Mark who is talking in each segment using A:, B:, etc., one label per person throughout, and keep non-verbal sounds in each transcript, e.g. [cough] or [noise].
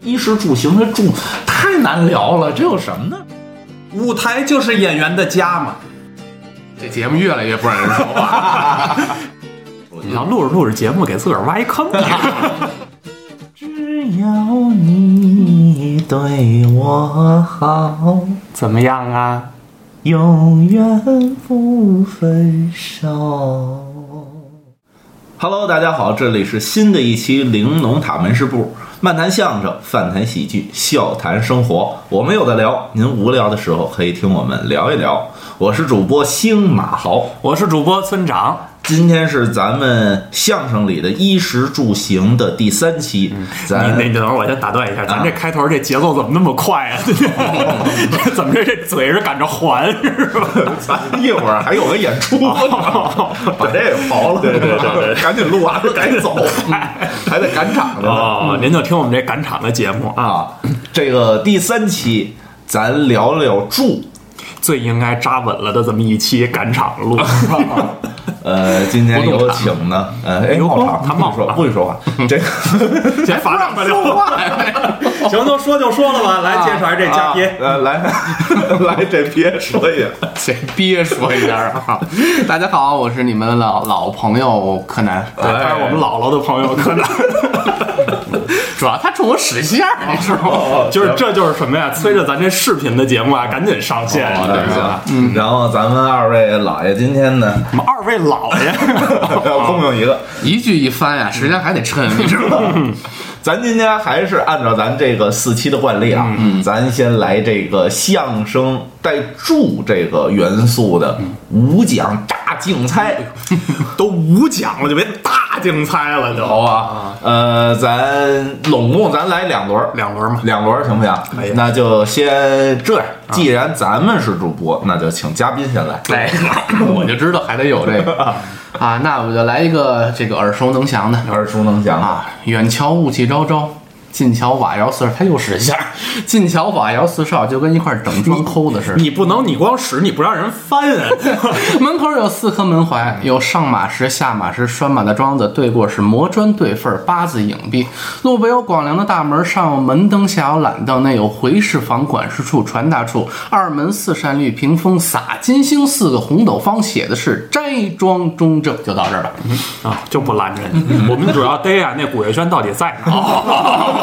A: 衣食住行的住太难聊了，这有什么呢？
B: 舞台就是演员的家嘛。
C: 这节目越来越不让人说话。
A: [laughs] 你要录着录着节目，给自个儿挖一坑。
B: [laughs]
A: 只要你对我好，
D: 怎么样啊？
A: 永远不分手。
B: Hello，大家好，这里是新的一期玲珑塔门市部，漫谈相声，饭谈喜剧，笑谈生活，我们有的聊。您无聊的时候可以听我们聊一聊。我是主播星马豪，
D: 我是主播村长。
B: 今天是咱们相声里的衣食住行的第三期，咱
D: 你你等会儿，我先打断一下，咱这开头这节奏怎么那么快啊？ [laughs] 这怎么着？这嘴是赶着还是吧？
B: 咱 [laughs] 一会儿还有个演出 [laughs] 呢，把这也刨了，对对对 [laughs] 赶紧录完了赶紧 [laughs] 走，还得赶场子呢
D: 哦，您就听我们这赶场的节目啊，
B: 啊！这个第三期咱聊聊住，
D: 最应该扎稳了的这么一期赶场录。
B: 呃，今天
D: 不动
B: 有
D: 产
B: 请呢，呃，哎，冒场，
D: 他冒
B: 不许说不许说话，这个
D: 先罚站吧，聊
B: 行，都说就说了吧，来
C: 介绍一下这嘉宾
B: 呃，来 [laughs] 来这别说一下，
C: [laughs] 先憋说一下啊！大家好，我是你们老老朋友柯南。啊
D: 他哎是我们姥姥的朋友柯南，
C: 主要他冲我使线儿，你知道吗？
B: 哦
D: [laughs] 就是这就是什么呀？催着咱这视频的节目啊，赶紧上线，
B: 哦
D: 对吧？
B: 行，然后咱们二位老爷今天呢，
D: 我们二位老爷，
B: 要共用一个，
C: 一句一翻呀，时间还得抻，你知道吗？
B: 咱今天还是按照咱这个四期的惯例啊，咱先来这个相声带住这个元素的五讲大竞猜，
D: 都五讲了，就别大竞猜了，就
B: 好
D: 啊
B: 吧？呃，咱拢共咱来两轮儿，
D: 两轮哎嘛。
B: 两轮儿行不行？
D: 可以
B: 那就先这样。既然咱们是主播，那就请嘉宾先来。
C: 哎，我就知道还得有这个啊，那我就来一个这个耳熟能详的
B: 耳熟能详，
C: 啊，远瞧雾气昭昭。近瞧瓦窑四少，他又使线儿。近瞧瓦窑四少就跟一块整装抠的似的。
D: 你不能，你光使，你不让人翻啊！ [laughs]
C: 门口有四颗门槐，有上马石、下马石、拴马的桩子，对过是磨砖对缝儿，八字影壁。路北有广梁的大门，上有门灯，下有懒凳，内有回事房、管事处、传达处。二门四扇绿屏风，洒金星，四个红斗方，写的是斋庄中正，就到这儿了。
D: 啊，就不拦着你。 [laughs] 我们主要逮啊，那古月轩到底在哪儿？啊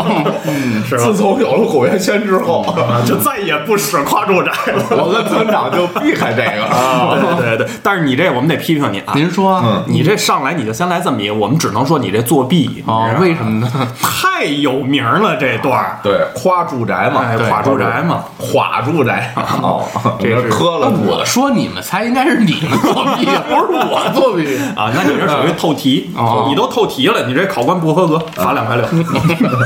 D: 是吧嗯
B: 自从有了古月轩之后，
D: 哦就再也不使跨住宅 [laughs] 了。
B: [laughs] 我跟村长就避开这
D: [laughs]
B: 个了。
D: 啊对对对，但是你这我们得批评你啊，
C: 您说、
D: 你这上来你就先来这么一，我们只能说你这作弊
C: 哦，为什
D: 么
C: 么呢？
D: 太有名了这段儿？
B: 对，夸住宅嘛，
D: 哎，
B: 对
D: 垮住宅嘛，
B: 垮住
D: [laughs]
B: 宅
D: 啊
B: 哦，
D: 这是
B: 磕了住
C: 我说你们猜，应该是你们作弊，不是我作弊。
D: 啊，那你这属于透题，
C: 哦
D: 你都透题了，你这考官不合格，罚两百六。 [laughs]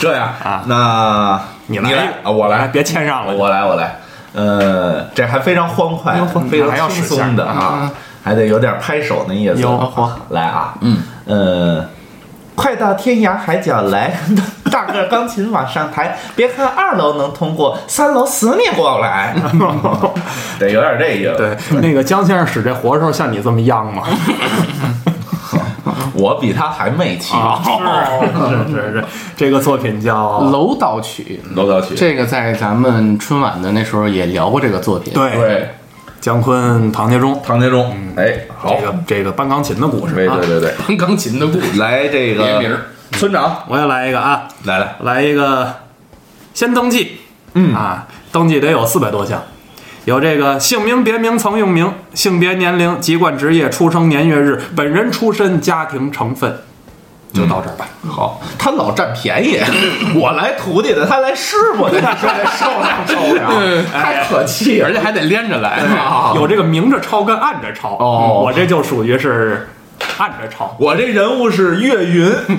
B: 这样啊，那
D: 你
B: 来
D: 来
B: 啊，我来，
D: 别谦让了。
B: 我来，我来。呃，这还非常欢快，非
D: 还要
B: 常
D: 使
B: 轻
D: 劲儿
B: 松的啊，还得有点拍手那意思。
D: 哟嚯
B: 来啊，嗯，呃。快到天涯海角来， [laughs] 大个钢琴往上抬，别看二楼能通过，三楼死你过不
D: [laughs]
B: 来。对，有点这意思。
D: [laughs] 对，那个江先生使这活的时候像你这么样吗？
B: 我比他还媚气。
D: 啊 [laughs] 是是是是，这个作品叫
C: 楼道曲，
B: 楼道曲，
C: 这个在咱们春晚的那时候也聊过这个作品。
D: 对
B: 对，
D: 姜昆、唐杰忠
B: 唐杰忠，哎，好
D: 嗯这，个这个搬钢琴的故事
B: 对
D: 啊
B: 对。对对，
C: 弹 [laughs] 钢琴的故事。
B: 来这个
C: 别名儿
B: 村长，
D: 我也来一个啊，
B: 来来，
D: 来一个，先登记，嗯啊，登记得有四百多项，有这个姓名、别名、曾用名、性别、年龄、籍贯、职业、出生年月日、本人出身、家庭成分，就到这儿吧。
B: 好，他老占便
C: [laughs]
B: 宜， [clears throat] 我来徒弟的，他来师傅的，你说这受不受
D: [laughs]
B: 不了？。
C: 太可气，而且还得连着来啊！
D: 嗯有这个明着抄跟暗着抄，
C: 哦
D: 我这就属于是暗着抄
B: 我这人物是岳
D: [laughs]
B: 云， [laughs]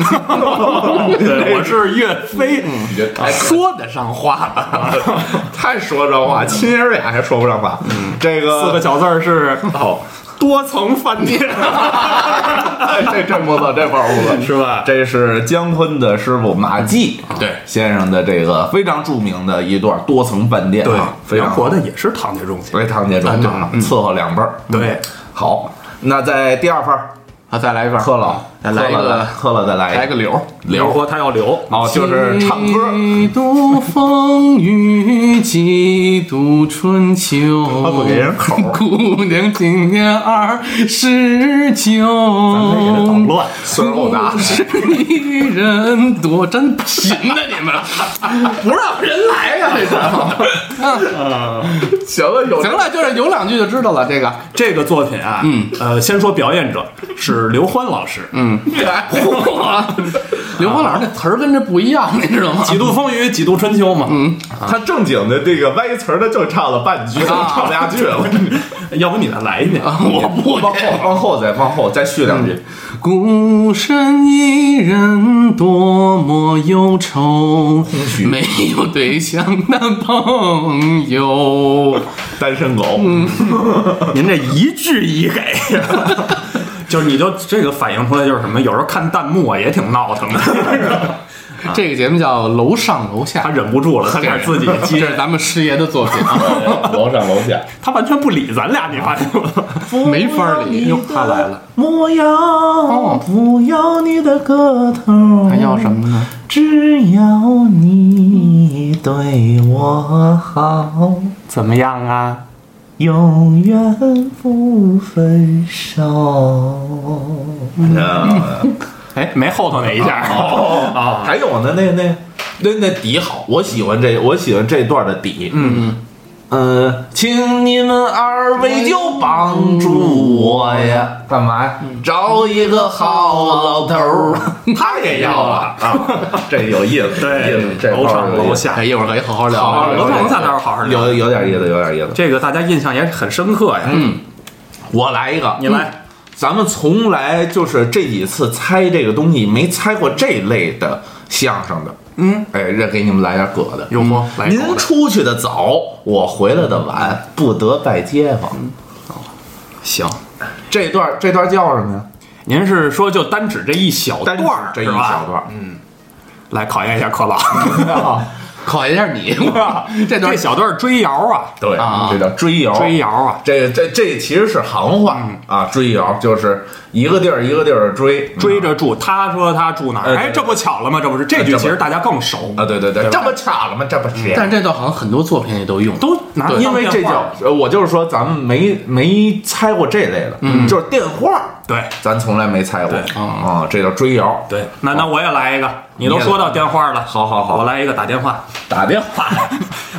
D: 对，我是岳飞，
B: 你这太
C: 说得上话吧？
B: [laughs] 太说这话，亲爷儿俩还说不上话。这个
D: 嗯四个小字儿是
B: [laughs] 哦，
D: 多层饭店，
B: 哎这这不错，这包不错。
D: [laughs] 是吧？
B: 这是姜昆的师傅马季
C: 对
B: 先生的这个非常著名的一段多层饭店
D: 对
B: 啊，，非
D: 梁
B: 常
D: 活的也是唐杰忠写的。
B: 为唐杰忠啊，伺候两辈儿。
D: 嗯对，
B: 好，那在第二份儿，
C: 好，再来一遍。
B: 柯老
C: 再
B: 喝
C: 来一
B: 了
C: 个
B: 来，喝了再来
C: 来
B: 一
C: 个柳。
D: 留活他要留，
B: 哦，就是唱歌。
C: 嗯几度风雨，几度春
B: 他不
C: 秋
B: 给。人口，
C: 姑娘今年二十九，
B: 咱们也是捣乱，
C: 嗯 [laughs] 孙
B: 殴打 [laughs]
C: 是一人多，真贫呐你们，不让人来呀、这是。
B: 行了，有
C: 啊行了，就是有两句就知道了。这个，
D: 这个作品啊，
C: 嗯，
D: 呃，先说表演者是刘欢老师，
C: 嗯， [laughs] 刘欢老师那词儿跟这不一样，你知道吗？
D: 几度风雨，几度春秋嘛，嗯，
B: 他正经的这个歪词儿，他就唱了半句，[laughs]
C: 啊
B: 唱不下去
C: [laughs]
B: 了。
D: 要不你再来一遍，
B: 我不往后往后再往后再续两句，
C: 嗯孤身一人，多么忧愁，没有对象的朋友。
B: 单身狗。
C: 嗯
D: [laughs] 您这一句一给，就是你就这个反映出来就是什么？有时候看弹幕啊也挺闹腾 [laughs] 的，
C: 这个节目叫《楼上楼下
D: 他》，忍不住了，他点自己 [laughs]
C: 这
D: 啊接，
C: 是咱们师爷的作品啊，
B: [laughs] 楼上楼下，
D: 他完全不理咱俩，你发现了 [laughs] 吗？
C: 没法理。
D: 哟，他来 [laughs] 了，哦
A: 我要不要你的个头？
C: [laughs] 还要什么呢？
A: 只要你对我好，
D: 怎么样啊？
A: 永远不分手。
C: 啊
B: 嗯
D: 哎，没后头那一下 [laughs] 啊，
B: 还有呢，那那那那底好，我喜欢这，我喜欢这段的底。
D: 嗯，
B: 嗯，请你们二位就帮助我呀，干嘛呀？找一个好老头儿，他也要啊啊，这有意思，有意
D: 对
B: 思，这
D: 楼
B: 块
D: 上
B: 儿有意
D: 楼
B: 思
D: 下
C: 哎，，一会儿可以好好
B: 好
C: 聊
B: 好
C: 聊。
D: 楼上楼下待会儿好好聊。
B: 有有点意思，有点意思。
D: 这个大家印象也很深刻呀。嗯，
B: 我来一个，
D: 你来，
B: 咱们从来就是这几次猜这个东西，没猜过这类的相声的。
D: 嗯，
B: 哎，这给你们来点葛的。
D: 有吗？来一口
B: 您出去的早，我回来的晚，不得拜街坊。
D: 行。
B: 嗯这段这段叫什么呀？
D: 您是说就单指这一小段儿
B: 这一
D: 是吧
B: 小段儿。
D: 来考验一下柯老，
C: 考一下你，这段
D: 这小段儿追谣啊，
B: 对
C: 啊
B: 这叫追谣。
D: 追谣啊，
B: 这个这这其实是行话啊，追谣就是一个地儿一个地儿追
D: 追着住。他说他住哪儿？
B: 哎
D: 哎，这不巧了吗？这不是这句
B: 这不
D: 其实大家更熟
B: 啊，对对对，
D: 对吧
B: 这不巧了吗？这不巧。
C: 但这段好像很多作品也都用。
D: 都拿
B: 因为这叫
D: 叫
B: 呃我就是说咱们没没猜过这类的，就是电话，
D: 对
B: 嗯咱从来没猜过
D: 对
B: 啊，这叫追谣。
D: 对。那那我也来一个，你
B: 你
D: 都
B: 也来
D: 说到电话了，
B: 好好好
D: 我来一个打电话， [laughs]
B: 打电话
D: 啪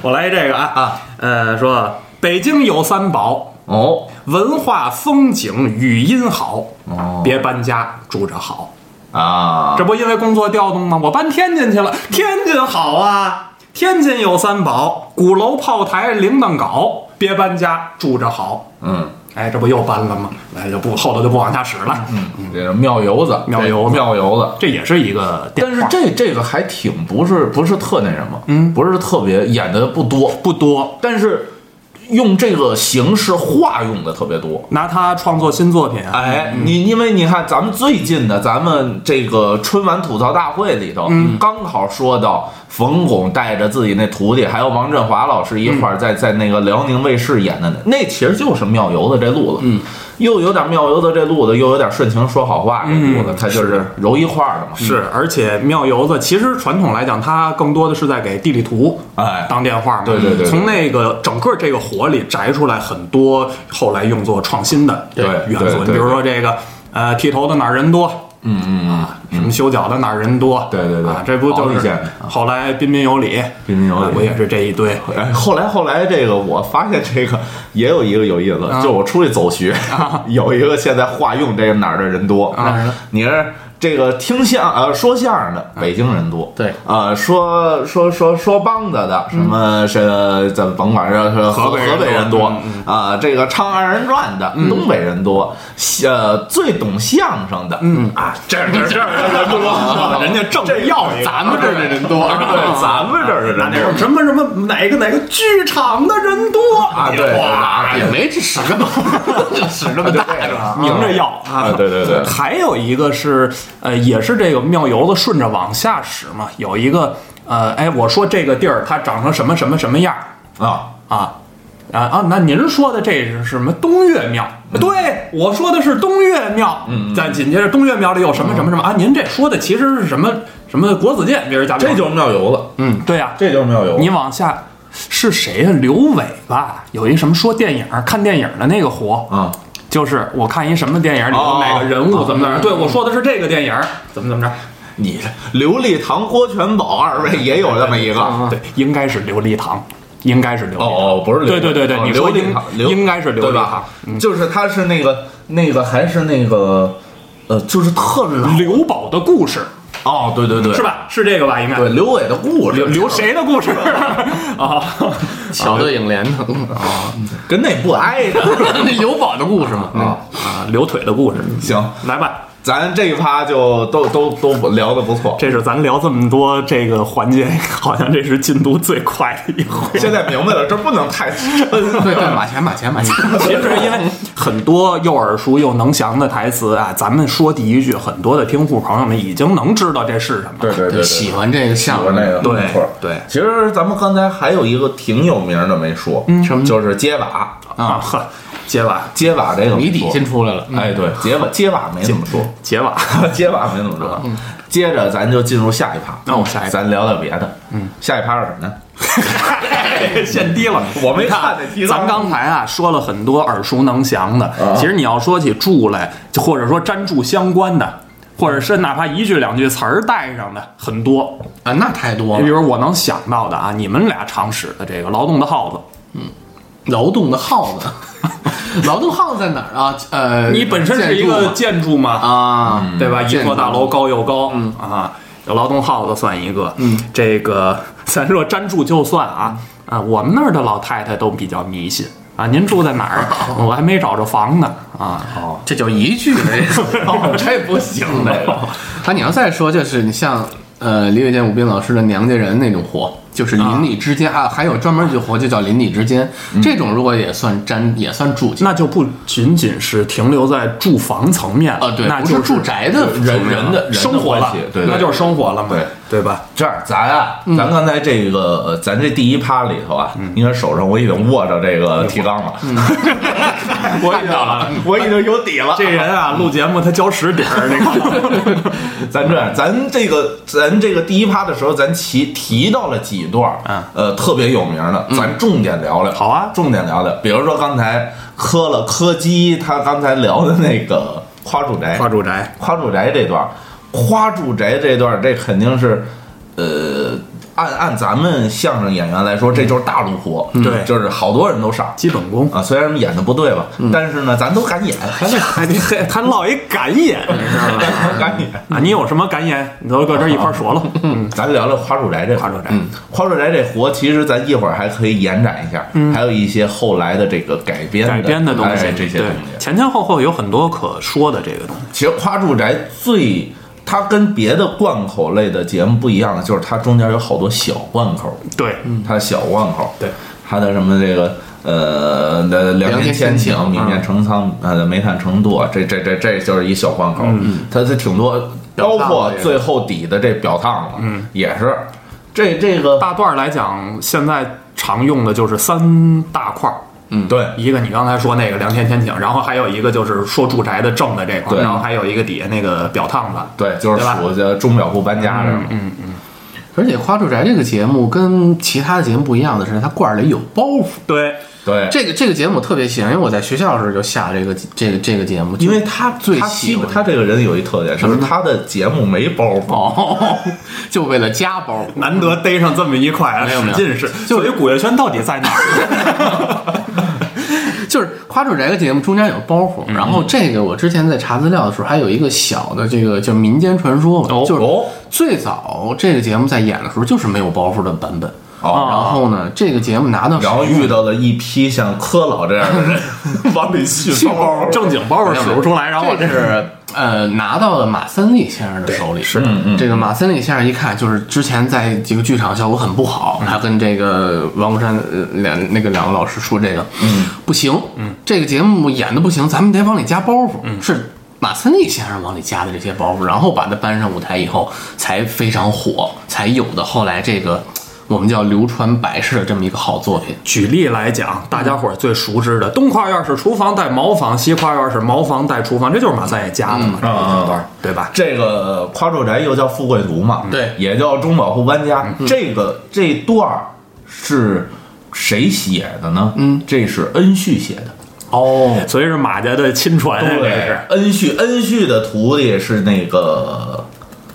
D: 我来一这个啊
B: 啊，
D: 呃，说北京有三宝，
B: 哦
D: 文化、风景、语音好，
B: 哦
D: 别搬家，住着好。
B: 啊
D: 这，不因为工作调动吗？我搬天津去了，天津好啊！天津有三宝：鼓楼、炮台、铃铛镐。别搬家，住着好。
B: 嗯，
D: 哎，这不又搬了吗？哎，就不后头就不往下使了。
B: 这叫妙油子，
D: 妙油子
B: 妙油子。
D: 这也是一个电
B: 但
D: 话，
B: 是这这个还挺不是不是特那什么，嗯，不是特别演的不多，
D: 不多。
B: 但是用这个形式化用的特别多。
D: 拿它创作新作品啊，
B: 哎，你因为你看，咱们最近的咱们这个春晚吐槽大会里头，刚好说到冯巩带着自己那徒弟，还有王振华老师一块儿在、在那个辽宁卫视演的那，那其实就是妙游的这路子，嗯，又有点妙游的这路子，又有点顺情说好话这路子，它就是揉一块儿的嘛。
D: 是，而且庙油子其实传统来讲，它更多的是在给地理图
B: 哎
D: 当电话嘛。
B: 对对对对
D: 从那个整个这个活里摘出来很多后来用作创新的
B: 对
D: 元
B: 对
D: 素，
B: 对
D: 你比如说这个呃剃头的哪儿人多，啊
B: 嗯嗯嗯，
D: 什么修脚的哪儿人多，
B: 对对对
D: 啊这不
B: 好
D: 就
B: 理解
D: 是后来彬彬有礼，
B: 彬彬有礼
D: 啊我也是这一堆。
B: 哎，后来后来，这个我发现这个也有一个有意思，就我出去走学，有一个现在化用这个哪儿的人多
C: 哪儿的？
B: 你是这个听相呃说相声的北京人多，
C: 对
B: 呃说说说说梆子的什么是咱甭管是是河
D: 河北人
B: 河北人多
D: 多
B: 啊，这个唱二人转的东北人多，呃最懂相声的啊这儿这儿这儿的人多，
D: 人家正
B: 这
D: 要一个
C: 咱们这儿的人 [laughs] 多，
B: 对咱们这儿的人多。
D: 哎什么什么哪个哪个剧场的人多
B: 啊，对，
D: 哇
B: 啊
C: 也没这使这么 [laughs]
D: [laughs]
C: 使这么
B: 就
C: 大
B: 这个啊
D: 明着要
B: 啊对对对
D: 哎还有一个是，呃，也是这个庙油子顺着往下使嘛，有一个，呃，哎，我说这个地儿它长成什么什么什么样儿
B: 啊，
D: 啊，啊啊，那您说的这是什么东岳庙？
B: 嗯
D: 对，我说的是东岳庙。嗯，再紧接着东岳庙里有什么什么什么啊？您这说的其实是什么什么国子监别人家里
B: 嗯这就是庙游了，
D: 嗯，对呀、
B: 这就是庙游。
D: 你往下是谁呀、刘伟吧？有一什么说电影看电影的那个火，
B: 啊，
D: 就是我看一什么电影里头
B: 哦
D: 哪个人物怎么怎么着。对，我说的是这个电影怎么怎么着。
B: 你这琉璃堂、郭全宝二
D: [laughs]
B: 位也有这么一个。
C: 啊
D: 对，应该是琉璃堂，应该是琉璃堂。
B: 哦哦，不是琉璃
D: 对对对对
B: 哦
D: 你说
B: 琉璃
D: 应
B: 堂，琉
D: 应该是琉璃嗯
B: 对吧
D: 堂
B: 就是他是那个那个还是那个呃，就是特老
D: 嗯刘宝的故事
B: 哦，对对对，
D: 是？吧？是这个吧？应该
B: 对刘伟的故事，
D: 刘刘谁的故事 [laughs] 啊？
C: 小的影莲疼啊，
B: 跟那不挨着
D: [laughs]
C: 那刘宝的故事嘛，
B: 啊。
D: 啊，刘腿的故事。
B: 行，
D: 来吧，
B: 咱这一趴就都都都聊得不错。
D: 这是咱聊这么多这个环节，好像这是进度最快的一回。
B: 现在明白了，这不能太
D: [laughs]
B: 深。
C: 对对，马前马前马 [laughs] 前，
D: 其实因为很多又耳熟又能详的台词啊，咱们说第一句，很多的听户朋友们已经能知道这是什么。
B: 对对对对，
C: 喜欢这个
B: 喜
C: 相
B: 欢
C: 声
B: 那个，
D: 啊对
B: 没错
D: 对
B: 其实咱们刚才还有一个挺有名的没说，
C: 什么
B: 就是接瓦，
D: 啊，呵，结瓦
B: 接瓦这个没
C: 谜底
B: 说
C: 先出来了。
B: 哎，对，接瓦接瓦没怎么说，
D: 结瓦，
B: [laughs] 接瓦没怎么说。接着咱就进入下一趴，
D: 哦下一趴
B: 咱聊聊别的。嗯，下一趴是什
D: [laughs]
B: 么呢？
D: 现低了。
B: [laughs] 我没看那提纲
D: 咱刚才啊说了很多耳熟能详的，其实你要说起住来，就或者说沾住相关的，或者是哪怕一句两句词儿带上的很多。
C: 啊，那太多
D: 比
C: 了。
D: 如我能想到的啊，你们俩常使的这个劳动的耗子，
C: 劳动的耗子， [laughs] 劳动耗子在哪儿啊？呃，
D: 你本身是一
C: 建筑
D: 个
C: 嘛
D: 建筑嘛，
C: 啊，
D: 对
B: 嗯
D: 吧？一
C: 建筑
D: 座大楼高又高，啊，劳动号子算一个，嗯，这个咱说粘住就算啊啊，我们那儿的老太太都比较迷信啊。您住在哪
B: [laughs]
D: 儿？我还没找着房呢啊。哦，
C: 这就一句， [laughs] 这这不行 [laughs]
B: 那个
C: 啊，你要再说，就是你像呃李雪健、武斌老师的娘家人那种活，就是邻里之间啊，还有专门一句活就叫邻里之间，这种如果也算沾也算住进
D: 那就不仅仅是停留在住房层面
C: 啊，对，
D: 那
C: 不
D: 就是
C: 住宅的啊
B: 人人的人的
D: 生活了
B: 关系，对对
D: 那就是生活了嘛，
B: 对
D: 对吧？
B: 这样，咱啊，咱刚才这个，呃咱这第一趴里头啊，应该手上我已经握着这个提纲了， [laughs] 我已经
D: 到了，
B: 我已经有底了。
D: 这人啊，录节目他交实底
B: [laughs]
D: 儿，那个
B: 咱这样，咱这个咱这个第一趴的时候，咱提提到了几段儿，
D: 嗯
B: 呃，特别有名的，咱重点聊聊。
D: 好啊
B: 重点聊聊，比如说刚才磕了柯基，他刚才聊的那个夸住宅，
D: 花住宅，
B: 夸住宅这段儿，夸住宅这段儿，这肯定是，呃，按按咱们相声演员来说，这就是大陆活，
D: 嗯对
B: 就是好多人都上
D: 基本
B: [laughs]
D: 功，
B: 啊，虽然演的不对吧，
D: 嗯
B: 但是呢，咱都敢演，
D: 还得还得还还落一感
B: [laughs]
D: 言，你知道吗？
B: 敢演。
D: 啊，你有什么感言，你都搁这儿一块儿说了。嗯，
B: 咱聊聊花住宅这活
D: 夸住宅
B: 嗯，花住宅这活，其实咱一会儿还可以延展一下，还有一些后来的这个改编
D: 嗯改编的东西，
B: 哎这些
D: 对
B: 东西。
D: 前前后后有很多可说的这个东西。
B: 其实夸住宅最，它跟别的贯口类的节目不一样的，就是它中间有好多小贯口，
D: 对，
B: 它小贯口，
D: 嗯对，
B: 它的什么这个呃，那
C: 良
B: 良
C: 田
B: 田千
D: 嗯
C: 千
B: 顷，米面成仓，呃，煤炭成垛，这这这这就是一小贯口，
D: 嗯
B: 它它挺多，包
C: 表烫
B: 括
C: 的也是
B: 最后底的这表烫子，嗯，也是。这这个
D: 大段儿来讲，现在常用的就是三大块儿。
B: 对，
D: 一个你刚才说那个良田千顷，然后还有一个就是说住宅的正的这块
B: 对
D: 儿，然后还有一个底下那个表趟子，
B: 对，就是
D: 对吧
B: 属于钟表户搬家这种。
C: 而且《夸住宅》这个节目跟其他的节目不一样的是，它罐儿里有包袱。
D: 对，
B: 对，
C: 这个这个节目我特别喜欢，因为我在学校的时候就下这个这个这个节目，就
B: 因为他
C: 最
B: 他
C: 喜
B: 基
C: 欢
B: 本他这个人有一特点，就是他的节目没包袱。
C: 哦， [laughs] 就为了加包袱。
D: 难得逮上这么一块啊，
C: 没有
D: 使
C: 没有
D: 劲是。所以古月轩到底在哪儿？
C: 就是夸住宅这个节目中间有包袱，然后这个我之前在查资料的时候，还有一个小的这个叫民间传说吧，
D: 哦
C: 就是
B: 哦
C: 最早这个节目在演的时候就是没有包袱的版本，
B: 哦，
C: 然后呢，这个节目拿到
B: 然后遇到了一批像柯老这样的人，往里续包。
D: 正经包袱使不出来，然后我
C: 这是呃拿到了马三立先生的手里。是
B: 嗯嗯
C: 这个马三立先生一看就是之前在几个剧场效果很不好，他跟这个王国山呃两那个两个老师说这个，嗯，不行，嗯，这个节目演的不行，咱们得往里加包袱，嗯，是。马三立先生往里加的这些包袱，然后把它搬上舞台以后，才非常火，才有的后来这个我们叫流传百世的这么一个好作品。
D: 举例来讲，大家伙儿最熟知的东跨院是厨房带茅房，西跨院是茅房带厨房，这就是马三爷家的嘛，这一段儿对
B: [laughs]
D: 吧？
B: 这个夸住宅又叫富贵竹嘛，
C: 对
B: 也叫中保户搬家。这个这段儿是谁写的呢？嗯，这是恩旭写的。
C: 哦，
D: 所以是马家的亲传啊，这是
B: 恩旭恩旭的徒弟是那个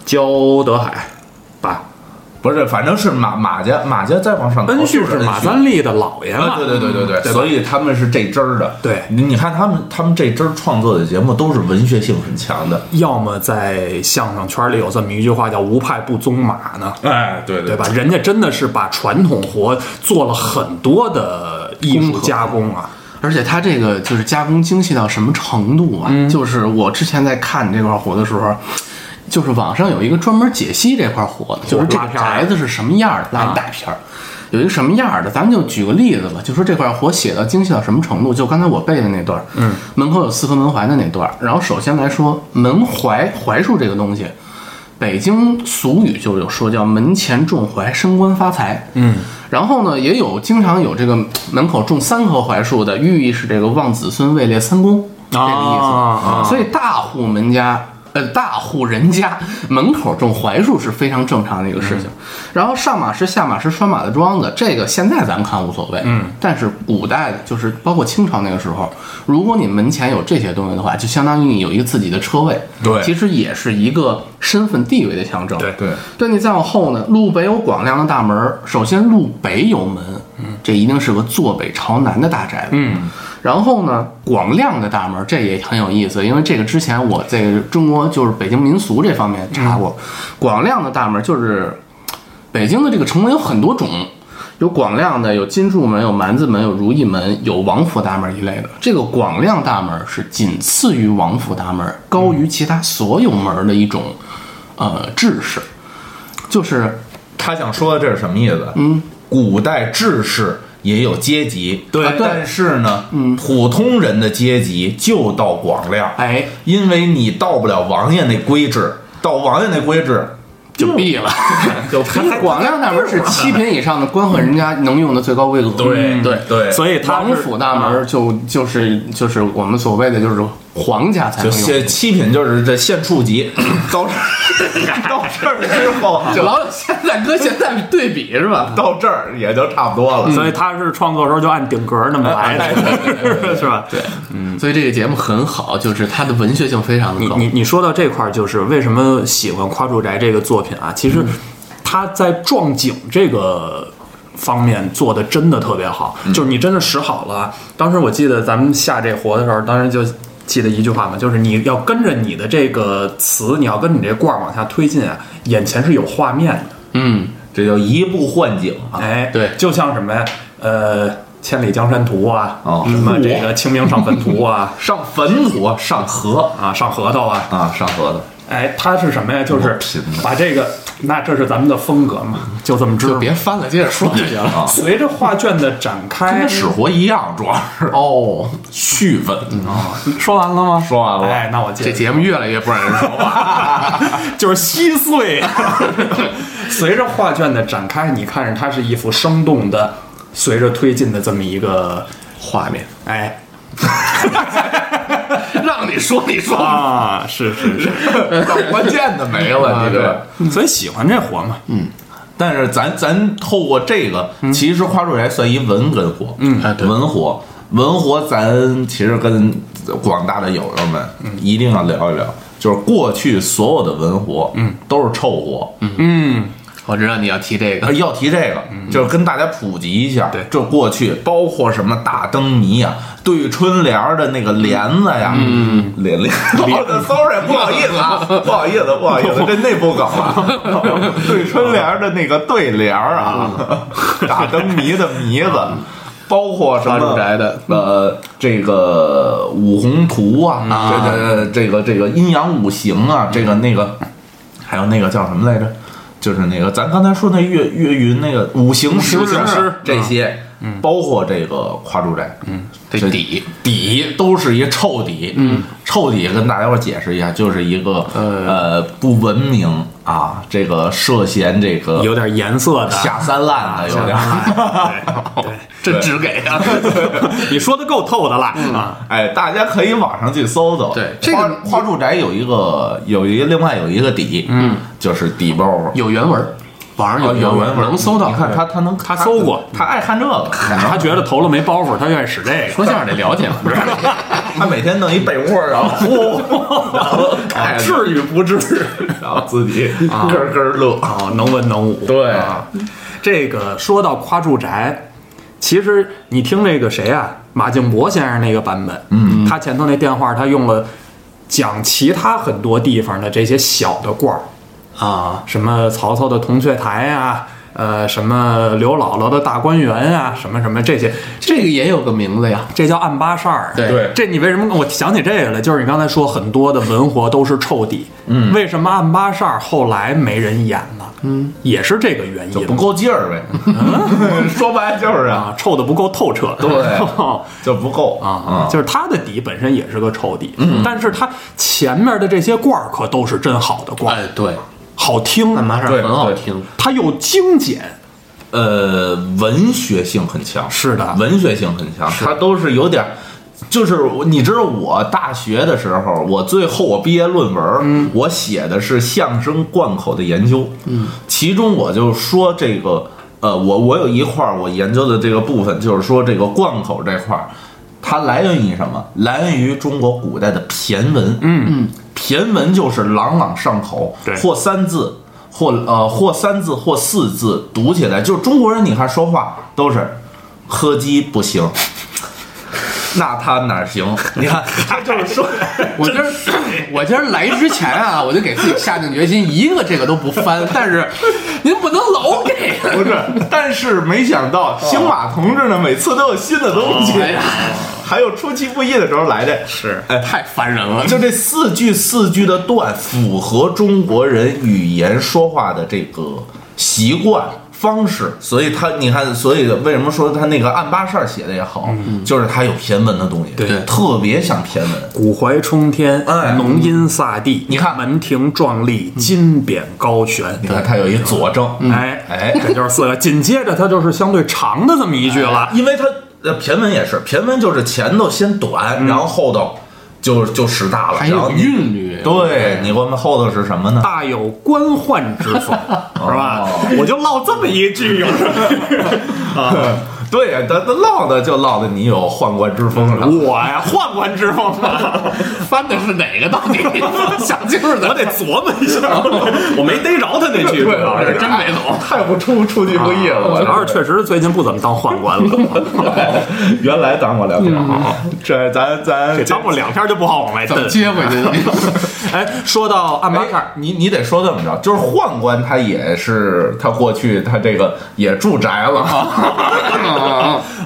D: 焦德海吧？
B: 不是，反正是马马家马家再往上头
D: 恩
B: 就
D: 旭
B: 是
D: 是
B: 恩
D: 马三立的姥爷嘛？
B: 哦啊，对对对对对，
D: 对吧
B: 所以他们是这支儿的。
D: 对
B: 你你看他们他们这支儿创作的节目都是文学性很强的。
D: 要么在相声圈里有这么一句话叫“无派不宗马”呢，
B: 哎，对
D: 对吧？人家真的是把传统活做了很多的艺术加工啊，
C: 而且它这个就是加工精细到什么程度啊？
D: 嗯
C: 就是我之前在看你这块活的时候，就是网上有一个专门解析这块活的，就是这
D: 拉
C: 个
D: 片儿啊
C: 宅子是什么样儿的，拉一大片儿。有一个什么样儿的，咱们就举个例子吧，就说这块活写到精细到什么程度。就刚才我背的那段，嗯，门口有四合门槐的那段儿。然后首先来说门槐槐树这个东西，北京俗语就有说叫门前种槐，升官发财。嗯，然后呢，也有经常有这个门口种三棵槐树的，寓意是这个望子孙位列三公、这个意思。
D: 啊
C: 所以大户门家。呃，大户人家门口种槐树是非常正常的一个事情。然后上马石、下马石拴马的桩子，这个现在咱们看无所谓。嗯，但是古代的，就是包括清朝那个时候，如果你门前有这些东西的话，就相当于你有一个自己的车位。
B: 对
C: 其实也是一个身份地位的象征。
D: 对
B: 对，
C: 对你再往后呢，路北有广亮的大门儿，首先路北有门，这一定是个坐北朝南的大宅子。嗯，然后呢，广亮的大门儿这也很有意思，因为这个之前我在中国就是北京民俗这方面查过，广亮的大门儿就是北京的这个城门有很多种。有广亮的，有金柱门，有蛮子门，有如意门，有王府大门一类的。这个广亮大门是仅次于王府大门，高于其他所有门儿的一种呃制式。就是
B: 他想说的这是什么意思？嗯，古代志士也有阶级，
D: 对
B: 啊但是呢，嗯，普通人的阶级就到广亮，
C: 哎，
B: 因为你到不了王爷那规制，到王爷那规制
C: 就毙 [laughs] 了。
B: 就
C: 广亮大门是七品以上的官宦人家能用的最高规格。
B: 对
C: 对。
B: 嗯
C: 啊
B: 对，
D: 所以他
C: 王
D: 是
C: 府大门就就是就是我们所谓的就是皇家才
B: 就
C: 能用
B: 现，七品就是这县处 [laughs] 级，到这儿到这儿之后，
C: 就老有现在跟现在对比是吧？
B: 到这儿也就差不多了。
D: 所以他是创作时候就按顶格儿那么来的， [laughs] 是嗯啊吧？对。
C: 所以这个节目很好，就是它的文学性非常的高
D: 你。你说到这块儿，就是为什么喜欢《夸住宅》这个作品啊？其实他在壮景这个方面做的真的特别好，就是你真的使好了。当时我记得咱们下这活的时候，当时就。记得一句话嘛，就是你要跟着你的这个词，你要跟你这罐儿往下推进啊，眼前是有画面的。
C: 嗯，
B: 这叫移步换景啊，
D: 哎，
C: 对
D: 就像什么呀，呃，《千里江山图》啊，
B: 哦
D: 什么这个《清明上坟图》啊，
B: 上坟土，上河
D: 啊，上核桃啊，
B: 啊，上河的。
D: 哎，它是什么呀？就是
B: 拼的
D: 把这个，那这是咱们的风格嘛，就这么支
C: 就
D: 嘛。
C: 别翻了，接着说就行了。
D: 随着画卷的展开
B: 跟，使活一样，主要是
C: 哦，
B: 续文啊。
D: 说完了吗？
B: 说完了
D: 哎，那我接
C: 这
D: 着
C: 节目越来越不让人说话。
D: 就是稀碎。 [laughs] 随着画卷的展开，你看着它是一幅生动的，随着推进的这么一个，
C: 画面，
D: 哎
C: 让你说你说，
D: 啊，是是是，
B: 到 [laughs] 关键的没了，你这。
D: 所以喜欢这活嘛。
B: 但是咱咱透过这个，其实花住宅算一文哏活，嗯
C: 哎对
B: 文活文活，咱其实跟广大的友友们一定要聊一聊，就是过去所有的文活，嗯，都是臭活，嗯，
D: 嗯，
C: 我知道你要提这个。
B: 要提这个，就是跟大家普及一下，
D: 对
B: 这过去包括什么大灯谜呀、对春联儿的那个帘子呀，嗯，帘帘，sorry，不好意思 [laughs] 啊，不好意思，不好意思，这内部梗 [laughs] 了。对春联儿的那个对联儿啊，大灯谜的谜子，包括什
C: 花
B: 么
C: 住宅的
B: 呃，这个五红图啊，这这这个这个阴阳五行啊，这个那个，还有那个叫什么来着？就是那个咱刚才说那岳岳云那个五行诗啊、
D: 五行诗
B: 这些，嗯，包括这个夸住宅，嗯，
C: 这
B: 这
C: 底
B: 底都是一臭底，嗯，臭底跟大家伙儿解释一下，就是一个呃不文明啊，这个涉嫌这个
D: 有点颜色的。
B: 下三滥的，有点儿。
D: 对对，
C: 这只给啊，
D: [laughs] 你说的够透的了啊！
B: 哎，大家可以网上去搜搜。
C: 对这个
B: 花花住宅有一个有一个另外有一个底，嗯，就是底包儿
C: 有原文，网上
B: 哦
C: 有
B: 文
C: 能搜到。
B: 你看他他能
D: 他搜过
B: 他爱看这个，
D: 他觉得投了没包袱，他愿意使这
C: 说
D: 个。
C: 相声得了
B: [laughs]
C: 解嘛，
B: 他每天弄一被窝，然后呼，然后
D: [laughs]
B: 盖着，
D: 哎至于不至于？
B: 然后自己咯咯乐。
D: [laughs] 哦，能文能武。
B: 对
D: 啊，这个说到夸住宅，其实你听这个谁啊，马敬博先生那个版本，嗯，他前头那电话他用了讲其他很多地方的这些小的罐儿，
C: 啊，
D: 什么曹操的铜雀台啊，呃，什么刘姥姥的大观园啊，什么什么这些，
C: 这个也有个名字呀。
D: 这叫暗八扇儿。
C: 对
B: 对
D: [laughs] 这你为什么我想起这个来？就是你刚才说很多的文活都是臭底，嗯，为什么暗八扇儿后来没人演呢？嗯，也是这个原因，
B: 不够劲儿呗， [laughs] 说白了就是啊，
D: 啊，臭的不够透彻， [laughs]
B: 对就不够
D: 啊，
B: 嗯
D: [laughs] 就是它的底本身也是个臭底，但是它前面的这些罐儿可都是真好的罐儿，
C: 哎，对，
D: 好听，
C: 那麻扇
B: 对
C: 很好
B: 对
C: 听，
D: 它又精简，
B: 呃，文学性很强，
D: 是的
B: 文学性很强，它都是有点儿。就是你知道，我大学的时候，我最后我毕业论文，我写的是相声贯口的研究，嗯，其中我就说这个，呃，我我有一块儿我研究的这个部分，就是说这个贯口这块儿，它来源于什么？来源于中国古代的骈文，嗯嗯，骈文就是朗朗上口
D: 对，
B: 或三字，或呃或三字或四字读起来，就是中国人你看说话都是喝鸡不行。 [laughs] 那他哪行？你看，他就是说，
C: 我今儿 [laughs] 我今儿来之前 [laughs] 啊，我就给自己下定决心，一个这个都不 [laughs] 翻。但是您不能老给，
B: 不是，但是没想到星马同志呢，每次都有新的东西，
C: 哎呀，
B: 还有出其不意的时候来的，
D: 是
B: 哎，
C: [laughs] 太烦人了。
B: 就这四句四句的段，符合中国人语言说话的这个习惯方式，所以他你看，所以为什么说他那个按八扇写的也好，
C: 嗯
B: 就是他有骈文的东西，
D: 对
B: 特别像骈文。
D: 古槐冲天，
B: 哎
D: 浓荫飒地，
B: 你看
D: 门庭壮丽，金匾高悬，
B: 你看他有一佐证，
C: 嗯
D: 哎
B: 哎
D: 这就是四个。紧接着它就是相对长的这么一句了，
B: 因为它呃骈文也是，骈文就是前头先短，然后后头就就使大了，
C: 嗯还
B: 然
C: 有
B: 后你
C: 韵啊律，
B: 对，你给我们后头是什么呢？
D: 大有官宦之风，是吧
B: 哦？
D: 我就唠这么一句，有什么啊？
B: 对呀，他他落的就落的你有宦官之风
C: 嗯
B: 了。
D: 我呀，宦官之风啊，
C: 翻的是哪个到 [laughs] 底？想清楚
D: 我
C: 的，
D: 得琢磨一下， [laughs] 我没逮着他那句，主要
C: 这
D: 是。啊
C: 真没懂。
B: 太不出出其不意啊了，
D: 主要
B: 我
D: 是确实最近不怎么当宦
B: [laughs]
D: 官了，
B: 这 [laughs] 原来当过两
C: 嗯
B: 天，这咱咱
D: 这当过两天就不好往外
C: 怎么
D: 蹬。
C: 接回去的？
D: [laughs] 哎，说到暗巴
B: 哎
D: 盖儿，
B: 你你得说这么着，就是宦官他也是他过去他这个也住宅了，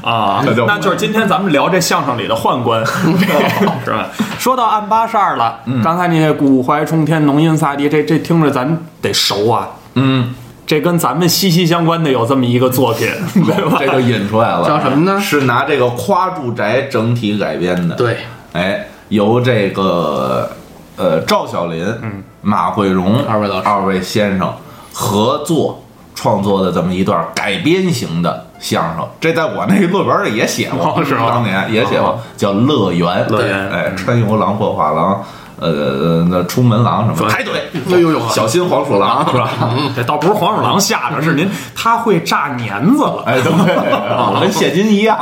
D: 啊，
B: 那就
D: 那就是今天咱们聊这相声里的宦官，是吧？说到按八十二了，刚才你那古槐冲天、浓荫飒地，这这听着咱得熟啊，
B: 嗯，
D: 这跟咱们息息相关的有这么一个作品，对吧？
B: [laughs] 这就引出来了，
C: 叫什么呢
B: 是拿这个夸住宅整体改编的，
C: [laughs] 对，
B: 哎，由这个呃赵小林、嗯、马桂荣
C: 二位老师
B: 二位先生合作创作的这么一段改编型的相声，这在我那论文里也写过，
D: 哦是吗
B: 当年也写过，
D: 哦
B: 叫《乐园》，
D: 乐园
B: 哎，穿油狼破画廊。呃，那出门狼什么排队，
C: 哎呦呦
B: 小心黄鼠狼是吧？
D: 这倒不是黄鼠狼吓着，是您他会炸年子了。
B: 哎，对，我跟现金一样，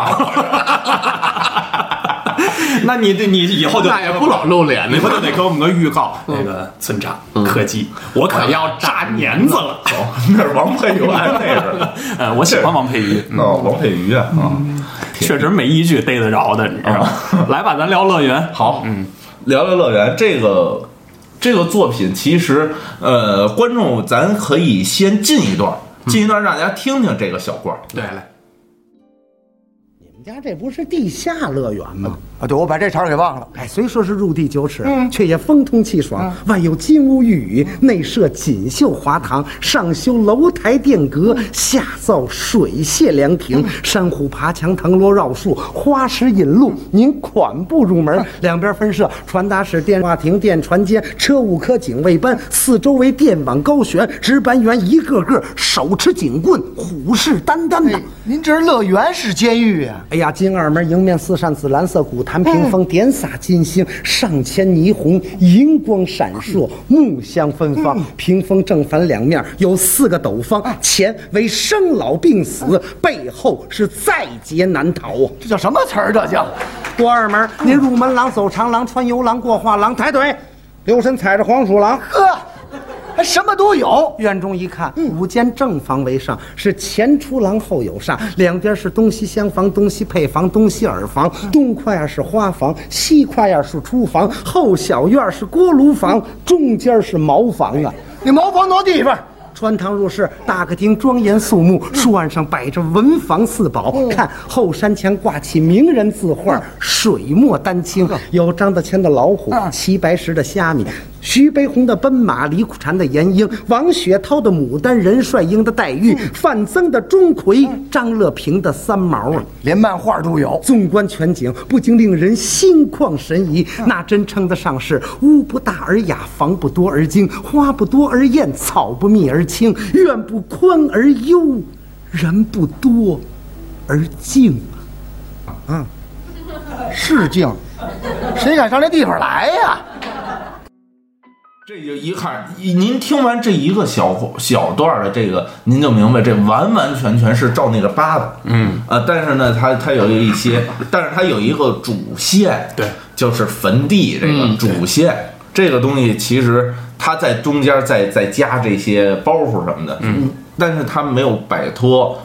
D: 那你这你以后就
C: 那也不老露脸
D: 你
C: 呢
D: 们。就得给我们个预告，那个村长柯基，我可要炸年子了。
B: 那是王佩元，那是
D: 呃，我喜欢王佩瑜，
B: 哦，王佩瑜啊，啊
D: 确实没一句逮得着的，你知道吗？来吧，咱聊乐园。
B: 好，嗯，聊聊乐园这个这个作品，其实呃，观众咱可以先进一段，进一段让大家听听这个小罐儿。
C: 对了，
E: 你们家这不是地下乐园吗？
F: 啊，对，我把这茬儿给忘了。嗯
E: 哎，虽说是入地九尺，却也风通气爽，外有金屋玉宇，内设锦绣华堂，上修楼台殿阁，
F: 嗯
E: 下造水榭凉亭，珊瑚爬墙，藤萝绕树，花石引
F: 嗯
E: 路，您款步入门。两边分设传达室、电话亭、电传街、车务科、警卫班，四周围电网高悬，值班员一个个手持警棍，虎视眈眈的。
F: 您这是乐园是监狱呀、
E: 哎呀，金二门迎面四扇紫蓝色古坛屏风，点洒金星，上千霓虹，银光闪烁，木香芬芳。
F: 嗯
E: 屏风正反两面有四个斗方，前为生老病死，背后是在劫难逃啊！
F: 这叫什么词儿？这叫
E: 过二门，您入门廊走长廊，穿游廊过画廊，抬腿，留神踩着黄鼠狼。
F: 呵，还什么都有。
E: 院中一看，五间正房为上，是前出廊后有煞，两边是东西厢房、东西配房、东西耳房，东跨呀是花房，西跨呀是厨房，后小院是锅炉房，中间是茅房啊。
F: 你茅房挪地方，
E: 穿堂入室，大客厅庄严肃穆，书案上摆着文房四宝。看后山墙挂起名人字画，水墨丹青，有张大千的老虎，齐白石的虾米，徐悲鸿的奔马，李苦禅的闫英，王雪涛的牡丹，任帅英的黛玉，范增的钟馗，张乐平的三毛啊。
F: 连漫画都有。
E: 纵观全景，不禁令人心旷神怡。
F: 嗯
E: 那真称得上是屋不大而雅，房不多而精，花不多而艳，草不密而青，院不宽而幽，人不多而静。嗯
F: 是静，谁敢上这地方来呀？
B: 这就一看，一您听完这一个小小段儿的这个，您就明白这完完全全是照那个八的，嗯，呃，但是呢，它它有一些，但是它有一个主线，
D: 对，
B: 就是坟地这个主线，这个东西其实它在中间再再加这些包袱什么的，嗯，但是它没有摆脱，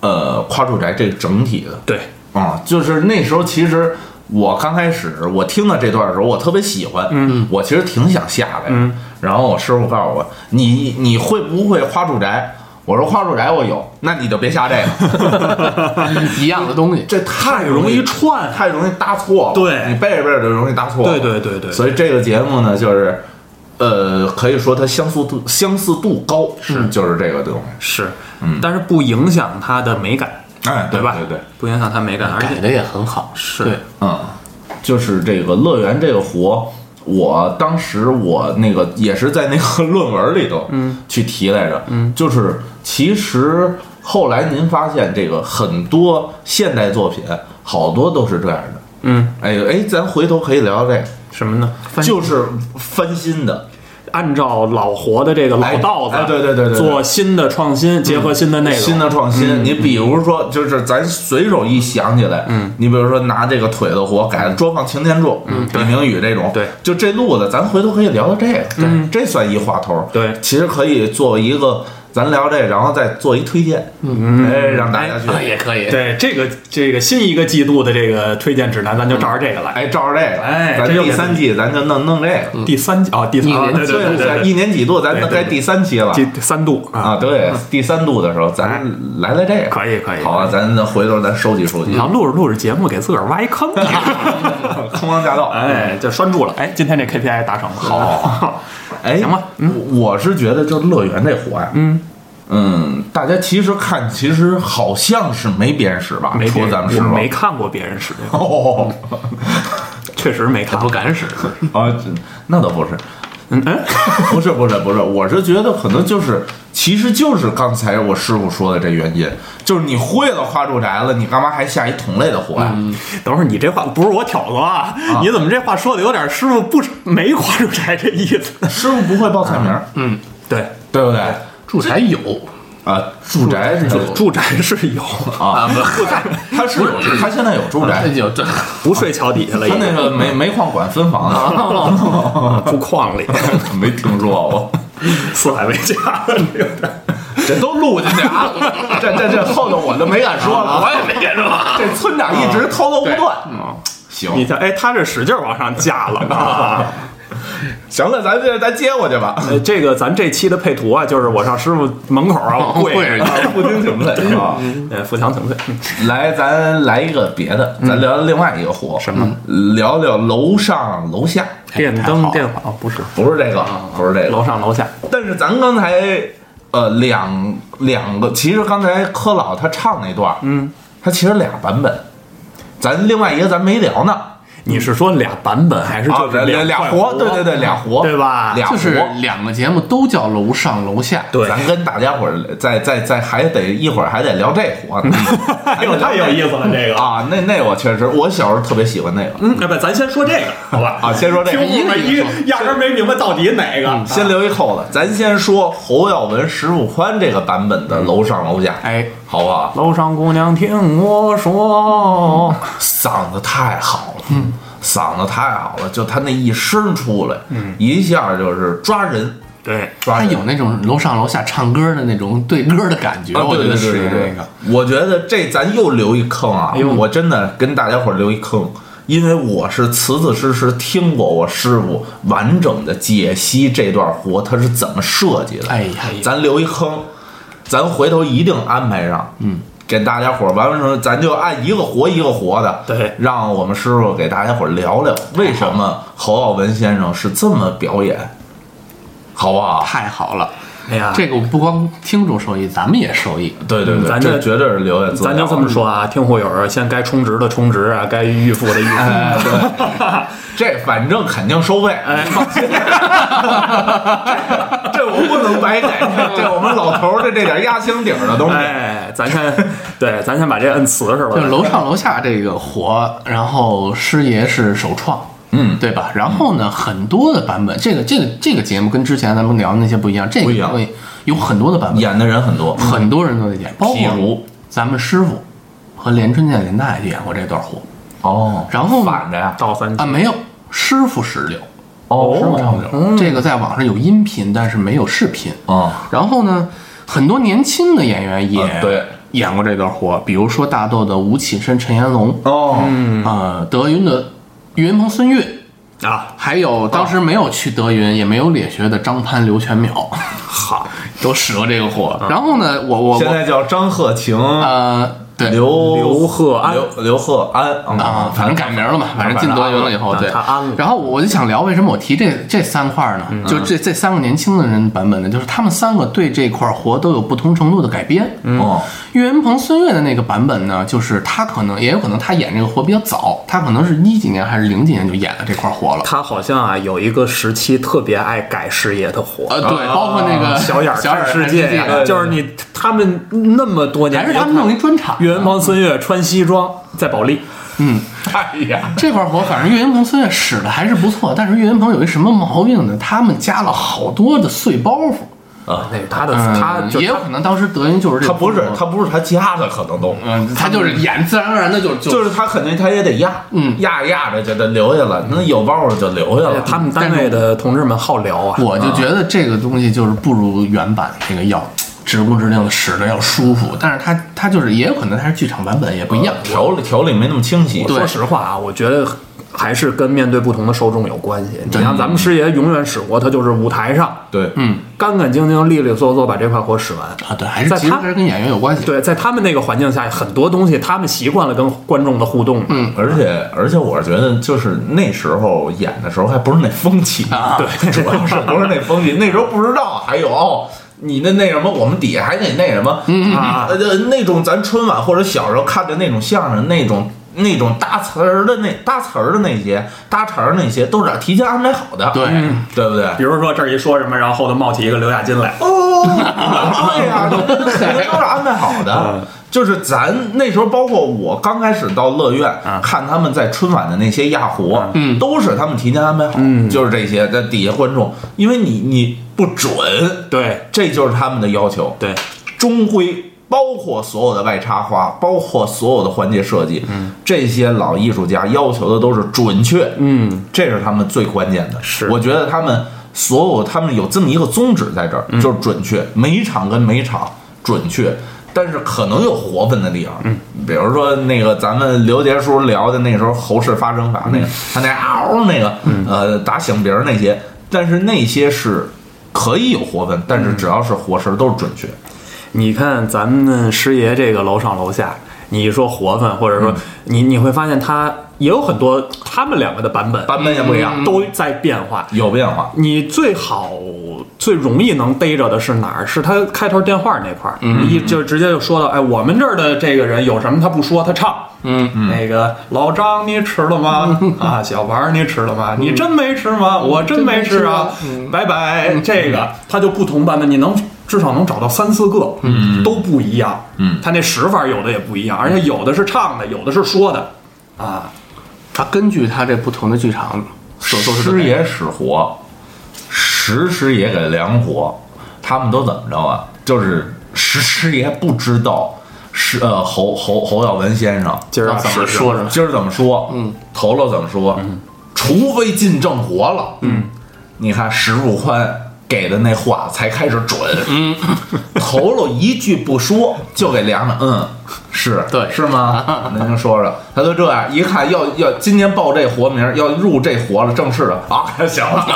B: 呃，夸住宅这个整体的，
D: 对，
B: 啊，就是那时候其实我刚开始我听到这段的时候，我特别喜欢，嗯，我其实挺想下来的，嗯，然后我师傅告诉我，你你会不会花住宅？我说花住宅我有，那你就别下这
D: [laughs]
B: 个，
C: [laughs] 一样的东西。
B: 这太
D: 容易
B: 易 [laughs]
D: 串
B: 太容易搭错了，
D: 对
B: 你背着背着就容易搭错了，
D: 对对对对
B: 所以这个节目呢，就是。呃，可以说它相似度相似度高，是就是这个东西，
D: 是，但是不影响它的美感，啊
B: 哎，
D: 对吧？
B: 对对，
D: 不影响它美感，而
C: 改
D: 且
C: 的也很好，
D: 是
C: 对，
B: 嗯，就是这个乐园这个活，我当时我那个也是在那个论文里头，嗯，去提来着，嗯，就是其实后来您发现这个很多现代作品好多都是这样的，
D: 嗯，
B: 哎哎，咱回头可以聊聊这个，
D: 什么呢？
B: 就是翻新的，
D: 按照老活的这个老
B: 哎
D: 道子，
B: 哎对对对对对
D: 做新的创新，结合嗯新的内容，
B: 新的创新。你比如说，就是咱随手一想起来，嗯，你比如说拿这个腿的活改了桌放擎天柱，嗯，李明宇这种，
D: 对嗯
B: 就这路子，咱回头可以聊聊这个，对，这算一话头，
D: 对
B: 其实可以做一个，咱聊这个，然后再做一推荐，嗯，哎，让大家去，
C: 啊也可以。
D: 对这个这个新一个季度的这个推荐指南，咱就照着这个来。
B: 哎，照着这个，
D: 哎
B: 咱
D: 这有
B: 第
D: 意思
B: 三季咱就弄弄这个，
D: 第三季啊，第三
C: 一年
D: 对
B: 所
D: 对对
B: 以
D: 对
B: 咱
D: 对
B: 一年几度，咱
D: 对对
B: 该
D: 对
B: 第三期了，
D: 第第三度啊，
B: 啊，对，第三度的时候，咱来来这个，
D: 可以可以
B: 好啊，咱回头咱收集收集
D: 你，要录着录着节目，给自个儿挖一坑。
B: [laughs] 坑王驾到，
D: [laughs] 哎，就拴住了。哎，今天这 KPI 达成了，
B: 好，哎，
D: 行吧嗯
B: 我我是觉得就乐园这活呀，嗯大家其实看，其实好像是没别人使吧，
D: 没别
B: 除
D: 人
B: 咱们使
D: 我
B: 吧， [laughs]
D: 没看过别人使这个，
B: 哦，
D: 确实没看
C: 不
D: 过。
C: 敢使，
B: 啊，这那倒不是，
D: 嗯嗯，
B: 不是不是不是，我是觉得可能就是，其实就是刚才我师傅说的这原因，就是你会了花住宅了，你干嘛还下一同类的活呀？
D: 等会儿你这话不是我挑唆啊，你怎么这话说的有点师傅不没夸出来这意思？
B: 师傅不会报菜名儿，
D: [laughs] 嗯对，
B: 对不对？
C: [laughs] 住宅有
B: 啊，住宅是有
D: 住宅是有，
B: 啊，
C: [laughs]
D: 嗯
C: 不宅
B: 他是有，他现在有住宅，
C: 有 [laughs] 这
D: 不睡桥底下了，已
B: 他那
D: 经
B: 个煤煤矿管分房
D: 啊
B: 的，
D: 住矿里，
B: [laughs] 没听说过，
D: 四海为家的那个。
B: 这都录进去啊！这这这后头我就没敢说了，我也没敢说。这村嗯
C: 嗯
B: 长一直滔滔不断，行，
D: 你瞧，哎，他这使劲往上架了啊！
B: 行了，咱这咱接过去吧，
D: 呃，这个咱这期的配图啊，就是我上师傅门口啊，我跪着，
B: [laughs] 不听请罪 [laughs] 啊。
D: 呃，扶墙请罪。
B: 来，咱来一个别的，咱聊聊另外一个活，什么？聊聊楼上楼下，
D: 嗯电灯电话哦，不是，
B: 不是这个，不是这个。
D: 楼上楼下，
B: 但是咱刚才呃两两个，其实刚才柯老他唱那段，嗯，他其实俩版本，咱另外一个咱没聊呢，
D: 你是说俩版本还是
B: 啊，
D: 就是
B: 俩
D: 俩
B: 俩
D: 块
B: 活，对对对，俩活，
D: 对吧
B: 俩
C: 就是
B: 活。
C: 两个节目都叫楼上楼下，
D: 对
B: 咱跟大家伙儿再再再还得一会儿还得聊这活呢，
D: [laughs] 哎呦，太有意思了，这个。
B: 啊！那那我确实，我小时候特别喜欢那个
D: 嗯，要不咱先说这个，好吧？
B: 啊。先说这
D: 听
B: 个，
D: 我们一压根儿没明白到底哪个。
B: 先留一扣子，咱先说侯耀文、石富宽这个版本
D: 嗯
B: 的楼上楼下，
C: 哎，
B: 好不好？
D: 楼上姑娘听我说，
B: 嗓子太好了，
D: 嗯
B: 嗓子太好了，就他那一声出来，
D: 嗯
B: 一下就是抓人，
D: 对，
B: 抓
C: 他
B: 人。
C: 有那种楼上楼下唱歌的那种对歌的感觉，
B: 啊，
C: 我
B: 对对
C: 觉得
B: 对对
C: 是
B: 对
C: 那个，，
B: 我觉得这咱又留一坑啊！
D: 呦
B: 我真的跟大家伙儿留一坑，因为我是辞辞实实听过我师傅完整的解析这段活他是怎么设计的。
C: 哎呀，
B: 咱留一坑，咱回头一定安排上。嗯，给大家伙儿完了之后，咱就按一个活一个活的，
D: 对
B: 让我们师傅给大家伙儿聊聊为什么侯耀文先生是这么表演，好不好？
C: 太好了。
B: 啊
D: 哎呀，
C: 这个不光听众受益，咱们也受益。
B: 对对对，
D: 嗯咱
B: 这
D: 这
B: 绝对是留下资料
D: 咱
B: 的。
D: 就这么说啊，听户友儿先该充值的充值啊，该预付的预付。哎
B: 这反正肯定收费，哎，放心。这我不能白给，这我们老头儿的这点压箱底儿的东西，
D: [laughs] 哎，咱先对，咱先把这摁瓷实
C: 就是
D: 了。
C: 楼上楼下这个火，然后师爷是首创，
B: 嗯
C: 对吧？然后呢，很多的版本，这个这个这个节目跟之前咱们聊的那些不一样，这
B: 不一样
C: 个有很多的版本，
B: 演的人很多，
C: 很多人都在演，包括
B: 譬如
C: 咱们师傅和连春建连大爷就演过这段火，
B: 哦，
C: 然后呢
B: 反着呀，
D: 到三
C: 啊没有师傅石榴，师傅
B: 哦，
C: 唱柳，这个在网上有音频，但是没有视频。
B: 哦，
C: 然后呢，很多年轻的演员也、
B: 啊对
C: 演过这段活，比如说大豆的吴启深、陈彦龙，
B: 哦，
C: 啊，德云的岳云鹏、孙越，
D: 啊，
C: 还有当时没有去德云，也没有脸学的张潘、刘全淼，
D: 好，
C: [laughs] 都使过这个火。然后呢，我我
B: 现
C: 我
B: 在叫张鹤晴、
C: 呃，对
B: 啊刘
D: 刘鹤安
B: 刘刘鹤安嗯
C: 啊，反正改名了嘛，反正进德云了以后，
D: 嗯他
C: 对
D: 他安了。嗯
C: 然后我就想聊为什么我提这这三块呢？就这这三个年轻的人版本呢，就是他们三个对这块活都有不同程度的改编。
D: 嗯
B: 哦，
C: 岳云鹏、孙越的那个版本呢，就是他可能也有可能他演这个活比较早，他可能是一几年还是零几年就演了这块活了。
D: 他好像啊有一个时期特别爱改师爷的活，
C: 呃，对，包括那个
D: 啊小眼儿
C: 小眼
D: 看
C: 儿
D: 世
C: 看
D: 界呀，啊就是你他们那么多年，
C: 还是他们弄一专场。
D: 岳云鹏、孙越穿西装在保利，
B: 哎呀，
C: 这块活，反正岳云鹏虽然使的还是不错，但是岳云鹏有一什么毛病呢？他们加了好多的碎包袱。
D: 那他的
C: 嗯
D: 他就
C: 也有可能当时德云就是这
B: 他
C: 个
B: 不
C: 风格，
B: 是他不是他家的，可能都
C: 嗯，他就是演自然而然的就。
B: 就是是他肯定他也得压，
C: 嗯哎
B: 压着压着就得留下了，那有包袱就留下了，
D: 他们单位的同志们好聊啊，
C: 我就觉得这个东西就是不如原版那个要直不直令的使的要舒服，但是他他就是也有可能他是剧场版本也不一样。
B: 条理条理没那么清晰，
D: 说实话啊，我觉得还是跟面对不同的受众有关系。你
C: 对
D: 像咱们师爷永远使活，他就是舞台上
C: 嗯
B: 对，
D: 干干净净、利利索索把这块活使完。
C: 啊，对，还是
D: 在
C: 其实
D: 他
C: 还是跟演员有关系。
D: 对，在他们那个环境下，很多东西他们习惯了跟观众的互动。嗯，
B: 而且而且，我觉得就是那时候演的时候还不是那风气，对，主要是不是那风气，那时候不知道还有哦。你那那什么，我们底下还得那什么，啊，呃，那种咱春晚或者小时候看的那种相声，那种那种搭词儿的那搭词儿的那些搭茬儿那些，都是提前安排好的，
C: 对
B: 对不对？
D: 比如说这儿一说什么，然后后头冒起一个刘亚金来，
B: 哦，对呀、都是安排好的。就是咱那时候，包括我刚开始到乐院、看他们在春晚的那些亚活，嗯，都是他们提前安排好，就是这些在底下观众，因为你你不准，
D: 对
B: 这就是他们的要求。
D: 对，
B: 终归包括所有的外插花，包括所有的环节设计，这些老艺术家要求的都是准确，嗯，这是他们最关键的。
D: 是
B: 我觉得他们嗯所有他们有这么一个宗旨在这儿，就是准确，每一场跟每一场准确。但是可能有活分的地方，嗯，比如说那个咱们刘杰叔聊的那时候侯氏发声法那个，他那嗷那个，呃，打响鼻儿那些，但是那些是可以有活分，但是只要是活神儿都是准确。
D: 你看咱们师爷这个楼上楼下，你一说活分，或
B: 嗯
D: 者说你你会发现他也有很多他们两个的版本，
B: 版本也不一样
D: 都在变化。
B: 有变化，
D: 你最好最容易能逮着的是哪儿？是他开头电话那块儿，一就直接就说到，哎，我们这儿的这个人有什么他不说，他唱，嗯，那个老张你吃了 [laughs] 吗？啊，小王你吃了吗？你真没吃吗？我嗯真没吃啊，嗯拜拜。这个他就不同版本，你能。至少能找到三四个，嗯，都不一样，嗯，他那使法有的也不一样，而且有的是唱的，有的是说的，啊，
C: 他根据他这不同的剧场所做出的
B: 师爷使活，石师爷给梁活，他们都怎么着啊？就是石师爷不知道是呃侯侯侯耀文先生
D: 今儿要
C: 怎
D: 怎
C: 么
D: 么
C: 说什么
B: 啊今儿怎么说，嗯，头了怎么说，嗯，除非进正活了，嗯，你看石富宽给的那话才开始准，嗯，头了一句不说就给凉了，嗯，是，
C: 对
B: 是 [laughs] 吗？那您说说，他就这样一看要要今年报这活名，要入这活了，正式的啊， [laughs] 行了，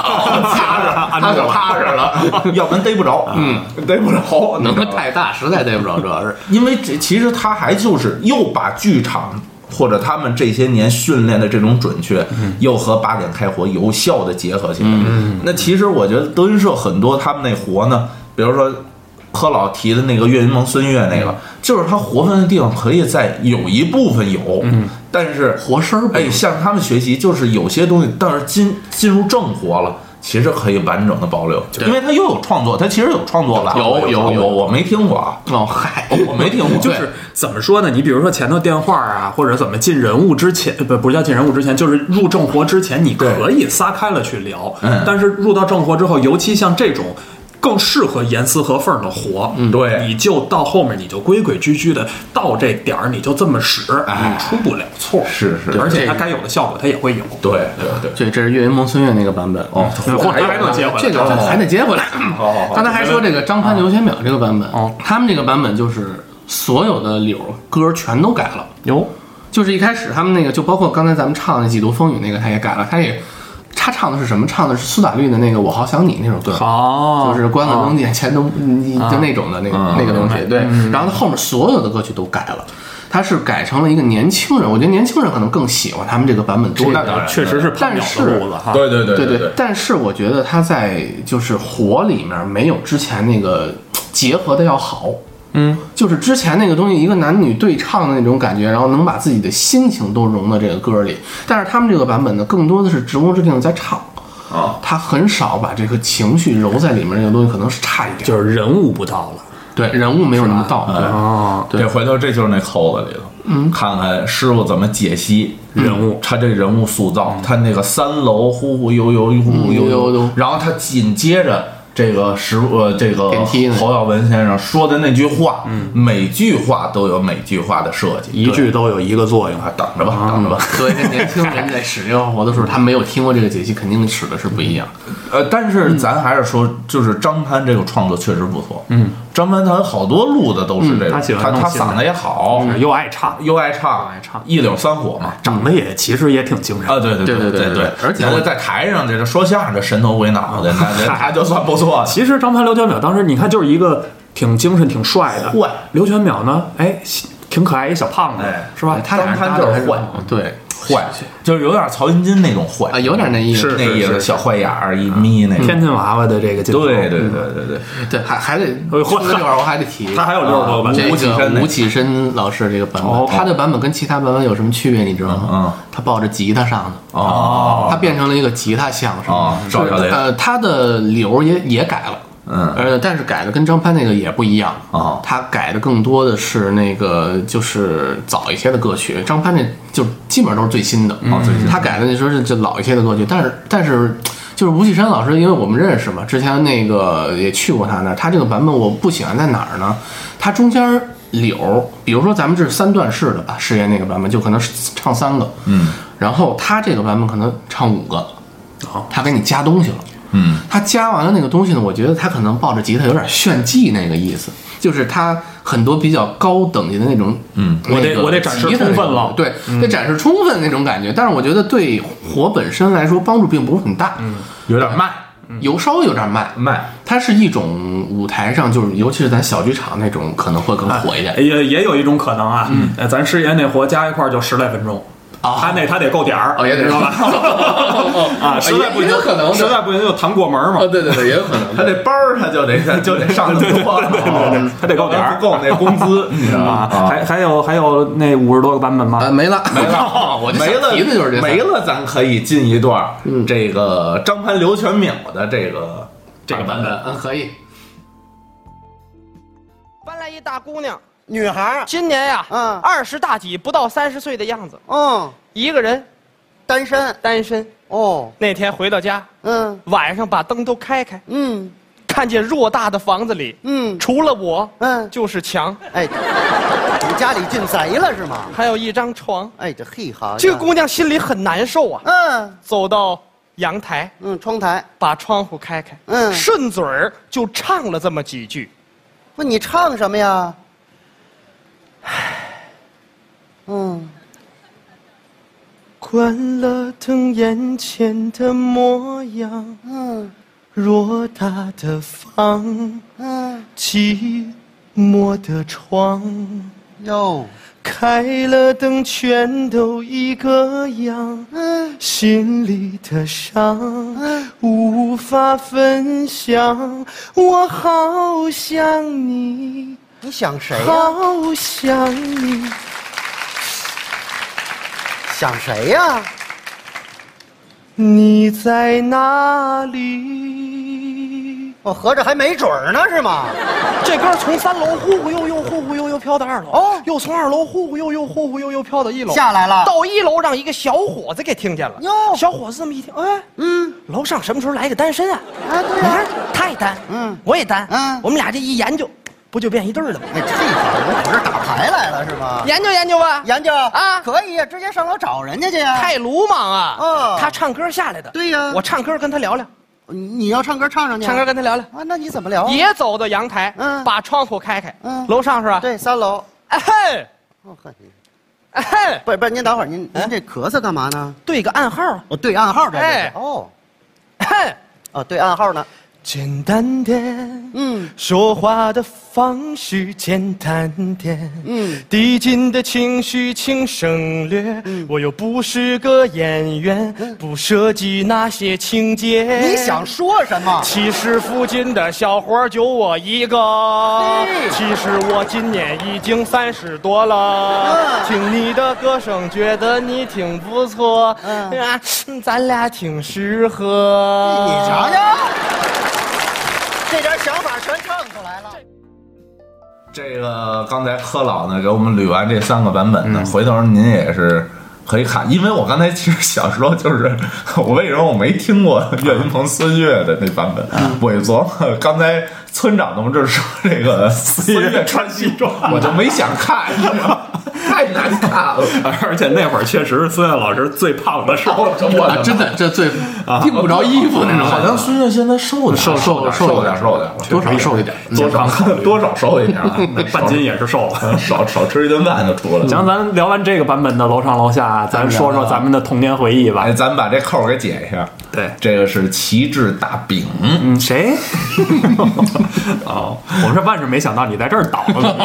B: 踏实了， [laughs] 他就踏实 [laughs] 了，要不然逮不着，嗯，逮不着， [laughs] 你
C: 能
B: 知道
C: 耐
B: 吧
C: 太大，实在对不着，主要是
B: 因为这其实他还就是又把剧场或者他们这些年训练的这种准确，
C: 嗯
B: 又和八点开火有效的结合起来。那其实我觉得德云社很多他们那活呢，比如说柯老提的那个岳云鹏、孙越那
C: 嗯
B: 个，就是他活分的地方可以在有一部分有，但是
C: 嗯活身儿不
B: 哎，向他们学习，就是有些东西，但是进进入正活了。其实可以完整的保留，因为他又有创作，他其实有创作了，
C: 有有有
B: 有，我没听过啊，
C: 哦嗨，
B: 我没听过，
D: 就是怎么说呢？你比如说前头电话啊，或者怎么进人物之前，呃不不是叫进人物之前，就是入正活之前，你可以撒开了去聊。
B: 嗯
D: 但是入到正活之后，尤其像这种。更适合严丝合缝的活，
B: 嗯对
D: 你就到后面你就规规矩矩的到这点儿你就这么使，你出不了错。
B: 哎是是
D: 而且它
C: 这个
D: 该有的效果它也会有。
B: 对对对，
C: 这这是岳云鹏、孙越那个版本哦，
D: 我还能接回来
C: 这个还得接回来。
B: 好好好
C: 刚才还说这个张潘刘玄淼这个版本，哦，他们这个版本就是所有的柳儿歌全都改了，
D: 哟，
C: 就是一开始他们那个，就包括刚才咱们唱的《几度风雨》那个，他也改了，他也他唱的是什么？唱的是苏打绿的那个《我好想你》那首歌。
D: 好，
C: 就是关了灯，眼前都你就那种的那个那个东西，对。然后他后面所有的歌曲都改了，他是改成了一个年轻人，我觉得年轻人可能更喜欢他们这个版本多一点。
B: 然
D: 确实是潘淼的路子哈。
B: 对对对
C: 对
B: 对
C: 对，，但是我觉得他在就是火里面没有之前那个结合的要好。嗯，就是之前那个东西，一个男女对唱的那种感觉，然后能把自己的心情都融到这个歌里。但是他们这个版本呢，更多的是直工直定地在唱，
B: 啊，
C: 他很少把这个情绪揉在里面。这个东西可能是差一点，
D: 就是人物不到了。
C: 对人物没有那么到。对，
D: 哦，
C: 对
B: 这回头这就是那扣子里头，嗯，看看师傅怎么解析
D: 人物
B: 他这人物塑造，他那个三楼忽忽悠悠，忽忽悠
C: 嗯悠
B: 悠
C: 悠，
B: 然后他紧接着。这个师傅呃，这个
C: 电梯呢
B: 侯耀文先生说的那句话，每句话都有每句话的设计，
D: 一句都有一个作用。
B: 啊，等着吧，等着吧。
C: 所以这年轻人在使这个活的时候，他没有听过这个解析，肯定使的是不一样。
B: 呃，但是咱还是说，就是张潘这个创作确实不错，嗯，张潘他好多录的都是这
D: 他
B: 种，
D: 喜欢
B: 他
D: 弄
B: 他
D: 新的嗯
B: 嗓子也好，
D: 又爱唱，
B: 又爱唱，
D: 爱唱
B: 一柳三火嘛。
D: 长得也其实也挺精神
B: 啊，对对
C: 对
B: 对
C: 对对
B: 对
C: 对而且
B: 那在台上这个说相声这神头鬼脑的，那那他就算不错
D: 其实张潘刘全淼当时你看就是一个挺精神、挺帅的，
B: 坏
D: 刘全淼呢，哎，挺可爱一小胖子，
B: 哎
D: 是吧？
C: 他俩
B: 张潘
C: 搭
B: 就是
C: 的还
B: 坏
C: 哦对
B: 坏，就是有点曹云金那种坏
C: 啊，有点那意思。
B: 那意思，小坏眼儿一眯那
D: 天
B: 个。
D: 津娃娃的这个镜头，嗯
B: 对对对对对，
C: 对，还还得
D: 哎呦
C: 说到这块儿，我还得 [laughs] 提，
D: 他还有六十多个版
C: 这
D: 本，
B: 吴启深那
C: 个
B: 个
C: 吴启深老师这个版
D: 哦
C: 本，他的版本跟其他版本有什么区别？你知道
B: 嗯嗯
C: 吗？他抱着吉他上的，
B: 哦
C: 他变成了一个吉他相声
B: 哦。赵小
C: 是
B: 林
C: 呃，他的柳儿也也改了。
B: 嗯
C: 呃，但是改的跟张潘那个也不一样
B: 哦
C: 他改的更多的是那个就是早一些的歌曲，张潘那就基本上都是最新的，哦，最新。他改的那时候是就老一些的歌曲，但是但是就是吴启山老师，因为我们认识嘛，之前那个也去过他那儿，他这个版本我不喜欢在哪儿呢？他中间儿柳儿，比如说咱们这是三段式的吧，师爷那个版本就可能是唱三个，嗯，然后他这个版本可能唱五个，
D: 哦
C: 他给你加东西了。
B: 嗯，
C: 他加完了那个东西呢，我觉得他可能抱着吉他有点炫技那个意思，就是他很多比较高等级的那种，嗯，
D: 我得我得展示充分了嗯
C: 对，得展示充分那种感觉。但是我觉得对火本身来说帮助并不是很大，嗯，
B: 有点慢
C: 有稍微有点慢，
B: 慢，
C: 它是一种舞台上就是，尤其是咱小剧场那种可能会更火一点。
D: 也也有一种可能啊，呃咱师爷那活加一块儿就十来分钟，
C: 啊
D: 他那他得够点儿，
C: 哦也得
D: 知道吧？ [laughs]
C: [laughs]
D: 啊，实在不行
C: 也有可能对
D: 实在不行就弹过门嘛
C: 哦，，对对对，也有可能。
B: 他这班儿他就得就得上得多，
D: 他得够点儿
B: 不够那工资，你知道吗？
D: 啊，还还有还有那五十多个版本
C: 呃，
D: 吗？
C: 没了，没 [laughs]
B: 了
C: 哦我就
B: 没了，
C: 想提的就是这
B: 没
C: 了。
B: 了，咱可以进一段儿这个张盘刘全淼的这个
C: 这个版本，嗯，可以。
G: 搬来一大姑娘，
F: 女孩儿，
G: 今年呀，
F: 嗯
G: 二十大几，不到三十岁的样子，
E: 哦
F: 嗯，
G: 一个人
F: 单身，
G: 单身。
F: 哦，
G: 那天回到家，
F: 嗯
G: 晚上把灯都开开，
F: 嗯
G: 看见偌大的房子里，
F: 嗯
G: 除了我，
F: 嗯，
G: 就是墙，
F: 哎，你家里进贼了是吗？
G: 还有一张床。
F: 哎，这嘿好，
G: 这个姑娘心里很难受啊，
F: 嗯
G: 走到阳台，
F: 嗯，窗台，
G: 把窗户开开，
F: 嗯
G: 顺嘴儿就唱了这么几句。
F: 不，你唱什么呀？嗯，
G: 关了灯，眼前的模样，
F: 嗯
G: 偌大的房，
F: 嗯，
G: 寂寞的床。
F: 哟，
G: 开了灯，全都一个样，
F: 嗯
G: 心里的伤无法分享，我好想你，
F: 你想谁呀？
G: 好想你。
F: 想谁呀？
G: 你在哪里？
F: 我哦合着还没准儿呢是吗？
G: 这歌从三楼呼呼悠悠呼呼悠悠飘到二楼，哦，又从二楼呼呼悠悠呼呼悠悠飘到一楼，
F: 下来了，
G: 到一楼让一个小伙子给听见了。
F: 哟
G: 小伙子这么一听，哎，
F: 嗯，
G: 楼上什么时候来个单身啊？
F: 啊对
G: 你
F: 呀
G: 看他也单，
F: 嗯
G: 我也单，
F: 嗯
G: 我们俩这一研究，不就变一对儿了吗？
F: 哎，这好，我跑这打牌来了是吗？
G: 研究研究吧，
F: 啊研究
G: 啊
F: 可以呀，直接上楼找人家去呀。
G: 太鲁莽啊！
F: 哦
G: 他唱歌下来的，
F: 对呀
G: 我唱歌跟他聊聊，
F: 你你要唱歌唱上去啊，
G: 唱歌跟他聊聊，
F: 啊？那你怎么聊啊？
G: 也走到阳台，
F: 嗯
G: 把窗户开开，
F: 嗯
G: 楼上是吧？，
F: 对，三楼。
G: 哎嘿，
F: 哦呵，你
G: 哎嘿，
F: 不是不是，您等会儿，您您这咳嗽干嘛呢？
G: 对个暗号啊，
F: 哦，对暗号这是
G: 哎
F: 哦
G: 嘿，
F: 哦，对暗号呢。
G: 简单点，
F: 嗯，
G: 说话的方式简单点，
F: 嗯
G: 嗯，递进的情绪请省略，我又不是个演员，不涉及那些情节。
F: 你想说什么？
G: 其实附近的小伙儿就我一个
F: 嘿，
G: 其实我今年已经三十多了
F: 嗯。
G: 听你的歌声，觉得你挺不错，
F: 嗯哎
G: 啊，咱俩挺适合。
F: 你瞧瞧，这点想法全唱出来了。
B: 这个刚才柯老呢给我们捋完这三个版本呢，回头您也是可以看，因为我刚才其实小时候就是 [laughs] 我为什么我没听过岳云鹏、孙越的那版本，我一琢磨刚才村长同志说这个孙越穿西装，我就没想看，你知道吗 [laughs] 太难看了，
D: 而且那会儿确实是孙越老师最胖的时候，
B: 我我
C: 啊， [laughs] 真的，这最订不着衣服那种，
A: 好像孙越现在瘦点儿
C: 瘦瘦
B: 嗯瘦
C: 点
B: 点
C: 儿，
B: 瘦点，
C: 多少瘦一点。
B: 多少多少瘦一点啊，
D: 半斤也是瘦了。
B: 少少吃一顿饭就出来了。
D: 行，咱聊完这个版本的楼上楼下，咱说说咱们的童年回忆吧
B: 哎，。咱们把这扣儿给解一下。
D: 对
B: 这个是旗帜大饼，
D: 嗯，谁？ [laughs] 哦，我说万是没想到你在这儿倒了。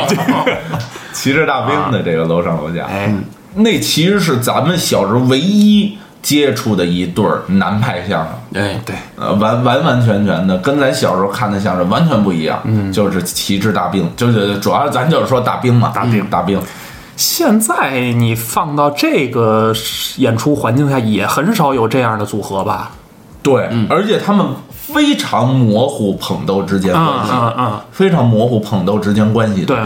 B: 旗帜大兵的这个楼上楼下，
D: 哎，
B: 那其实是咱们小时候唯一接触的一对儿南派相声。
C: 哎，
D: 对，
B: 呃，完完完全全的跟咱小时候看的相声完全不一样，嗯，就是旗帜大兵，就是主要咱就是说大兵嘛，大兵大兵，
D: [laughs] 现在你放到这个演出环境下，也很少有这样的组合吧？
B: 对，
D: 嗯
B: 而且他们非常模糊捧逗之间关系，
D: 嗯嗯嗯
B: 非常模糊捧逗之间关系的
D: 对嗯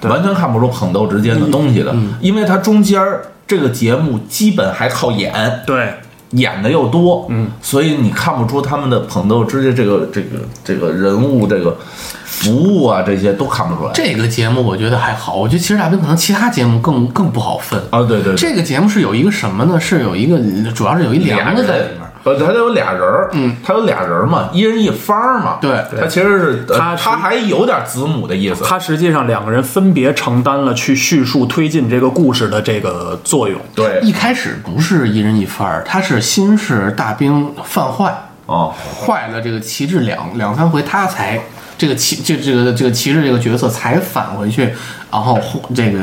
B: 这个，完全看不出捧逗之间的东西的，因为它中间儿这个节目基本还靠演，
D: 对，
B: 演的又多，嗯，所以你看不出他们的捧逗之间这个这个这个人物这个服务啊这些都看不出来。
C: 这个节目我觉得还好，我觉得其实大兵可能其他节目更更不好分。
B: 啊，对对对，
C: 这个节目是有一个什么呢？是有一个，主要是有一梁子在里面。
B: 不，呃他有俩人儿，嗯，他有俩人儿嘛，一人一方儿嘛，
C: 对
B: 他其实是呃
D: 他是
B: 他还有点子母的意思，
D: 他实际上两个人分别承担了去叙述推进这个故事的这个作用。
B: 对
C: 一开始不是一人一番儿，他是新式大兵犯坏，
B: 哦，
C: 坏了这个旗帜两两三回，他才这个旗这这个这个旗帜这个角色才返回去，然后后这个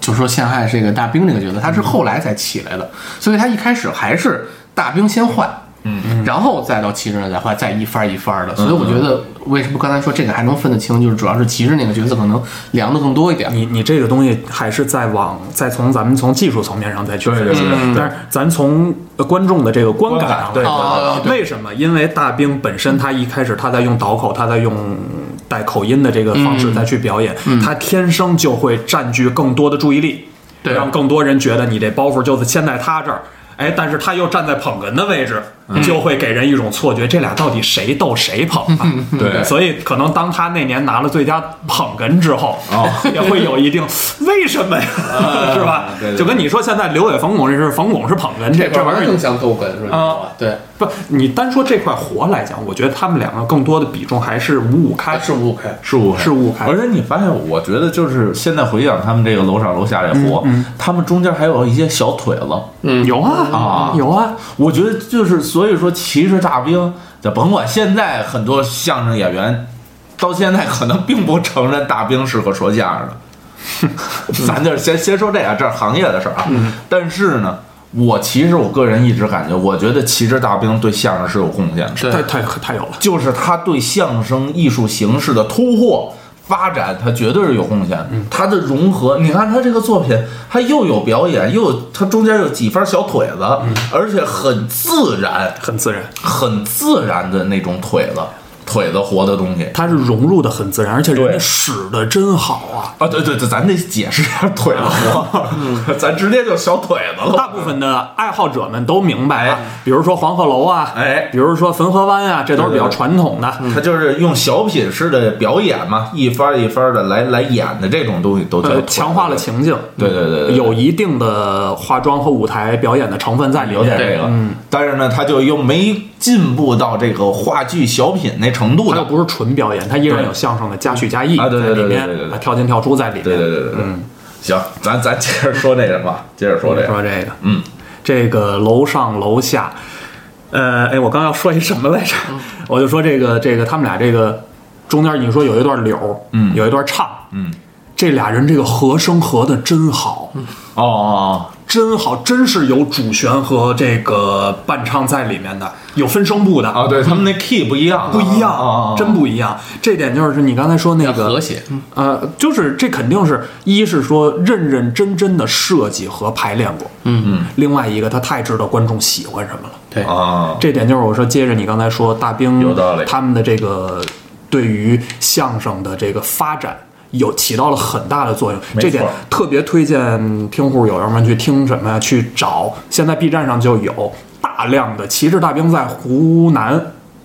C: 就说陷害这个大兵这个角色，他是后来才起来的，所以他一开始还是大兵先坏。嗯，然后再到旗帜那再坏，再一番儿一番儿的，所以我觉得为什么刚才说这个还能分得清，就是主要是旗帜那个角色可能量的更多一点。
D: 你你这个东西还是再往再从咱们从技术层面上再去
B: 对对
D: 分析
B: 对对，
D: 但是咱从呃观众的这个观感上
B: 观感
D: 来
C: 哦
D: 看，为什么？因为大兵本身他一开始他在用倒口，他在用带口音的这个方式再去表演，他天生就会占据更多的注意力，
C: 对
D: 让更多人觉得你这包袱就是先在他这儿。哎，但是他又站在捧哏的位置，就会给人一种错觉，这俩到底谁逗谁捧啊？
B: 对
D: 所以可能当他那年拿了最佳捧哏之后， [laughs] 也会有一定为什么呀， [laughs] 是吧？
B: 对对对
D: 就跟你说现在刘伟、冯巩这是冯巩是捧哏，这这玩意儿
C: 更像逗哏是吧？
D: 啊
C: 对，
D: 不，你单说这块活来讲，我觉得他们两个更多的比重还是五五开
C: 他，是五五开，
B: 是五
D: 是五开
B: 而且你发现，我觉得就是现在回想他们这个楼上楼下这活，他们中间还有一些小腿了。
D: 嗯，有
B: 啊
D: 啊，有啊，
B: 我觉得就是，所以说骑士大兵，咱甭管现在很多相声演员，到现在可能并不承认大兵适合说相声的。咱就先先说这个，这是行业的事儿啊。但是呢，我其实我个人一直感觉，我觉得骑士大兵对相声是有贡献的。
D: 太太太有了。
B: 就是他对相声艺术形式的突破发展，他绝对是有贡献的。他的融合，你看他这个作品，他又有表演，又有他中间有几番小腿子，而且很自然、
D: 很自然，
B: 很自然的那种腿子、腿子活的东西。
D: 它是融入的很自然，而且人
B: 对
D: 家使的真好啊。
B: 啊，对对对，咱得解释一下腿子活， [laughs] 咱直接就小腿子
D: 大
B: 了。
D: 部分的爱好者们都明白啊，比如说黄鹤楼啊，
B: 哎
D: 比如说汾河湾啊，这都是比较传统的。
B: 他就是用小品式的表演嘛，一番一番的来来演的这种东西，都叫
D: 呃
B: 腿，子
D: 强化了情境，
B: 对对对对对
D: 有一定的化妆和舞台表演的成分在里
B: 有点
D: 面。嗯
B: 这个，但是呢，他就又没进步到这个话剧小品那程度
D: 它又
B: 的。
D: 不是纯表演，它依然有相声的加叙加意
B: 啊
D: 在
B: 对对
D: 里
B: 对
D: 面
B: 对对对，对
D: 啊跳进跳出在里面。
B: 对对对对对，
D: 嗯，
B: 行，咱咱接着说那什么，接着说这
D: 说
B: 个，
D: 这个，
B: 嗯，
D: 这个楼上楼下，呃，哎，我刚要说一什么来着？
B: 嗯
D: [laughs] 我就说这个这个他们俩这个中间你说有一段柳，嗯，有一段唱，
B: 嗯，
D: 这俩人这个和声和的真好，
B: 哦哦
D: 真好，真是有主旋和这个伴唱在里面的，有分声部的
B: 哦，哦，对他们那 key 不一样，
D: 不一样，
B: 啊，
D: 真不一样。这点就是你刚才说那
C: 和
D: 个，
C: 谐。
D: 呃，就是这肯定是一是说认认真真的设计和排练过，嗯嗯。另外一个，他太知道观众喜欢什么了。
C: 对，
B: 啊，
D: 这点就是我说，接着你刚才说大兵
B: 有道理
D: 他们的这个对于相声的这个发展。有起到了很大的作用，
B: 没错
D: 这点特别推荐听户友友们去听什么呀？去找，现在 B 站上就有大量的旗帜大兵在湖南，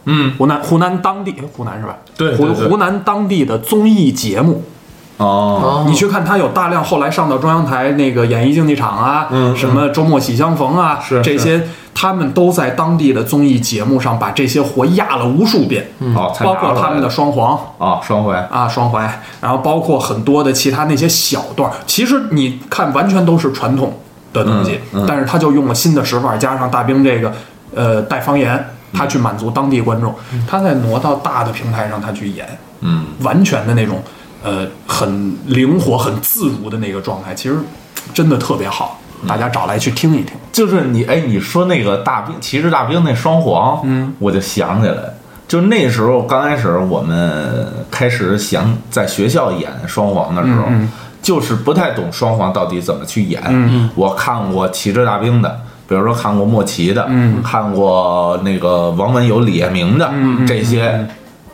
B: 嗯，
D: 湖南湖南当地，哎湖南是吧？
B: 对
D: 湖
B: 对对
D: 湖南当地的综艺节目，
B: 哦，
D: 你去看他有大量后来上到中央台那个演艺竞技场啊，
B: 嗯
D: 什么周末喜相逢啊，
B: 是
D: 这些他们都在当地的综艺节目上把这些活压了无数遍，
B: 哦参加
D: 包括
B: 了
D: 他们的双簧
B: 啊，双回，
D: 啊、双怀，然后包括很多的其他那些小段儿，其实你看完全都是传统的东西，
B: 嗯嗯
D: 但是他就用了新的手法，加上大兵这个呃带方言，他去满足当地观众，他再挪到大的平台上他去演，
B: 嗯，
D: 完全的那种，呃，很灵活、很自如的那个状态，其实真的特别好，
B: 嗯
D: 大家找来去听一听。
B: 就是你哎，你说那个大兵骑士大兵那双簧，嗯，我就想起来，就那时候刚开始我们开始想在学校演双簧的时候，就是不太懂双簧到底怎么去演。嗯，我看过骑士大兵的。比如说看过莫奇的，嗯，看过那个王文友、李彦明的、嗯、这些，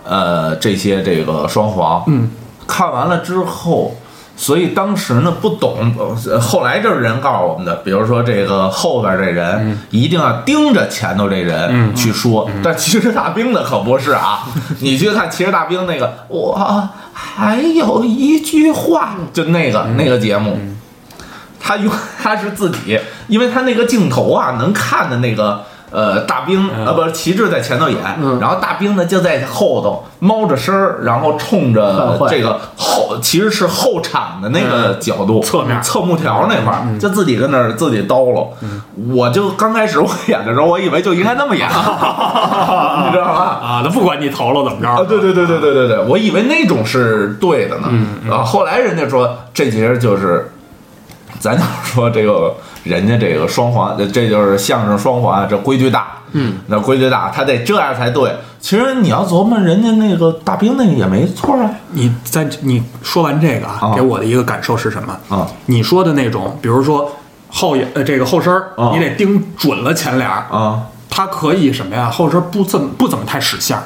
B: 呃，这些这个双簧，嗯，看完了之后，所以当时呢不懂，呃后来这人告诉我们的，比如说这个后边这人、一定要盯着前头这人去说，但骑士大兵的可不是啊，你去看骑士大兵那个，我还有一句话，就那个、那个节目。 [laughs] 他用他是自己，因为他那个镜头啊，能看的那个呃，大兵啊，不是旗帜在前头演，然后大兵呢就在后头猫着身儿，然后冲着
C: 犯坏
B: 这个后，其实是后场的那个角度，
D: 嗯侧面嗯
B: 侧幕条那块儿，就自己跟那儿自己叨喽。我就刚开始我演的时候，我以为就应该那
D: [laughs]
B: 么演，你知道吧？
D: 啊，他不管你头了怎么着
B: 啊，对对对对对对对，我以为那种是对的呢。
D: 嗯
B: 啊，后来人家说这其实就是，咱就说这个人家这个双簧，这就是相声双簧啊，这规矩大。嗯，那规矩大，他得这样才对。其实你要琢磨，人家那个大兵那个也没错啊。
D: 你在你说完这个啊
B: 啊，
D: 给我的一个感受是什么？
B: 啊
D: 你说的那种，比如说后眼呃这个后身儿
B: 啊，
D: 你得盯准了前脸儿，
B: 啊
D: 他可以什么呀？后身儿不怎么不怎么太使线儿，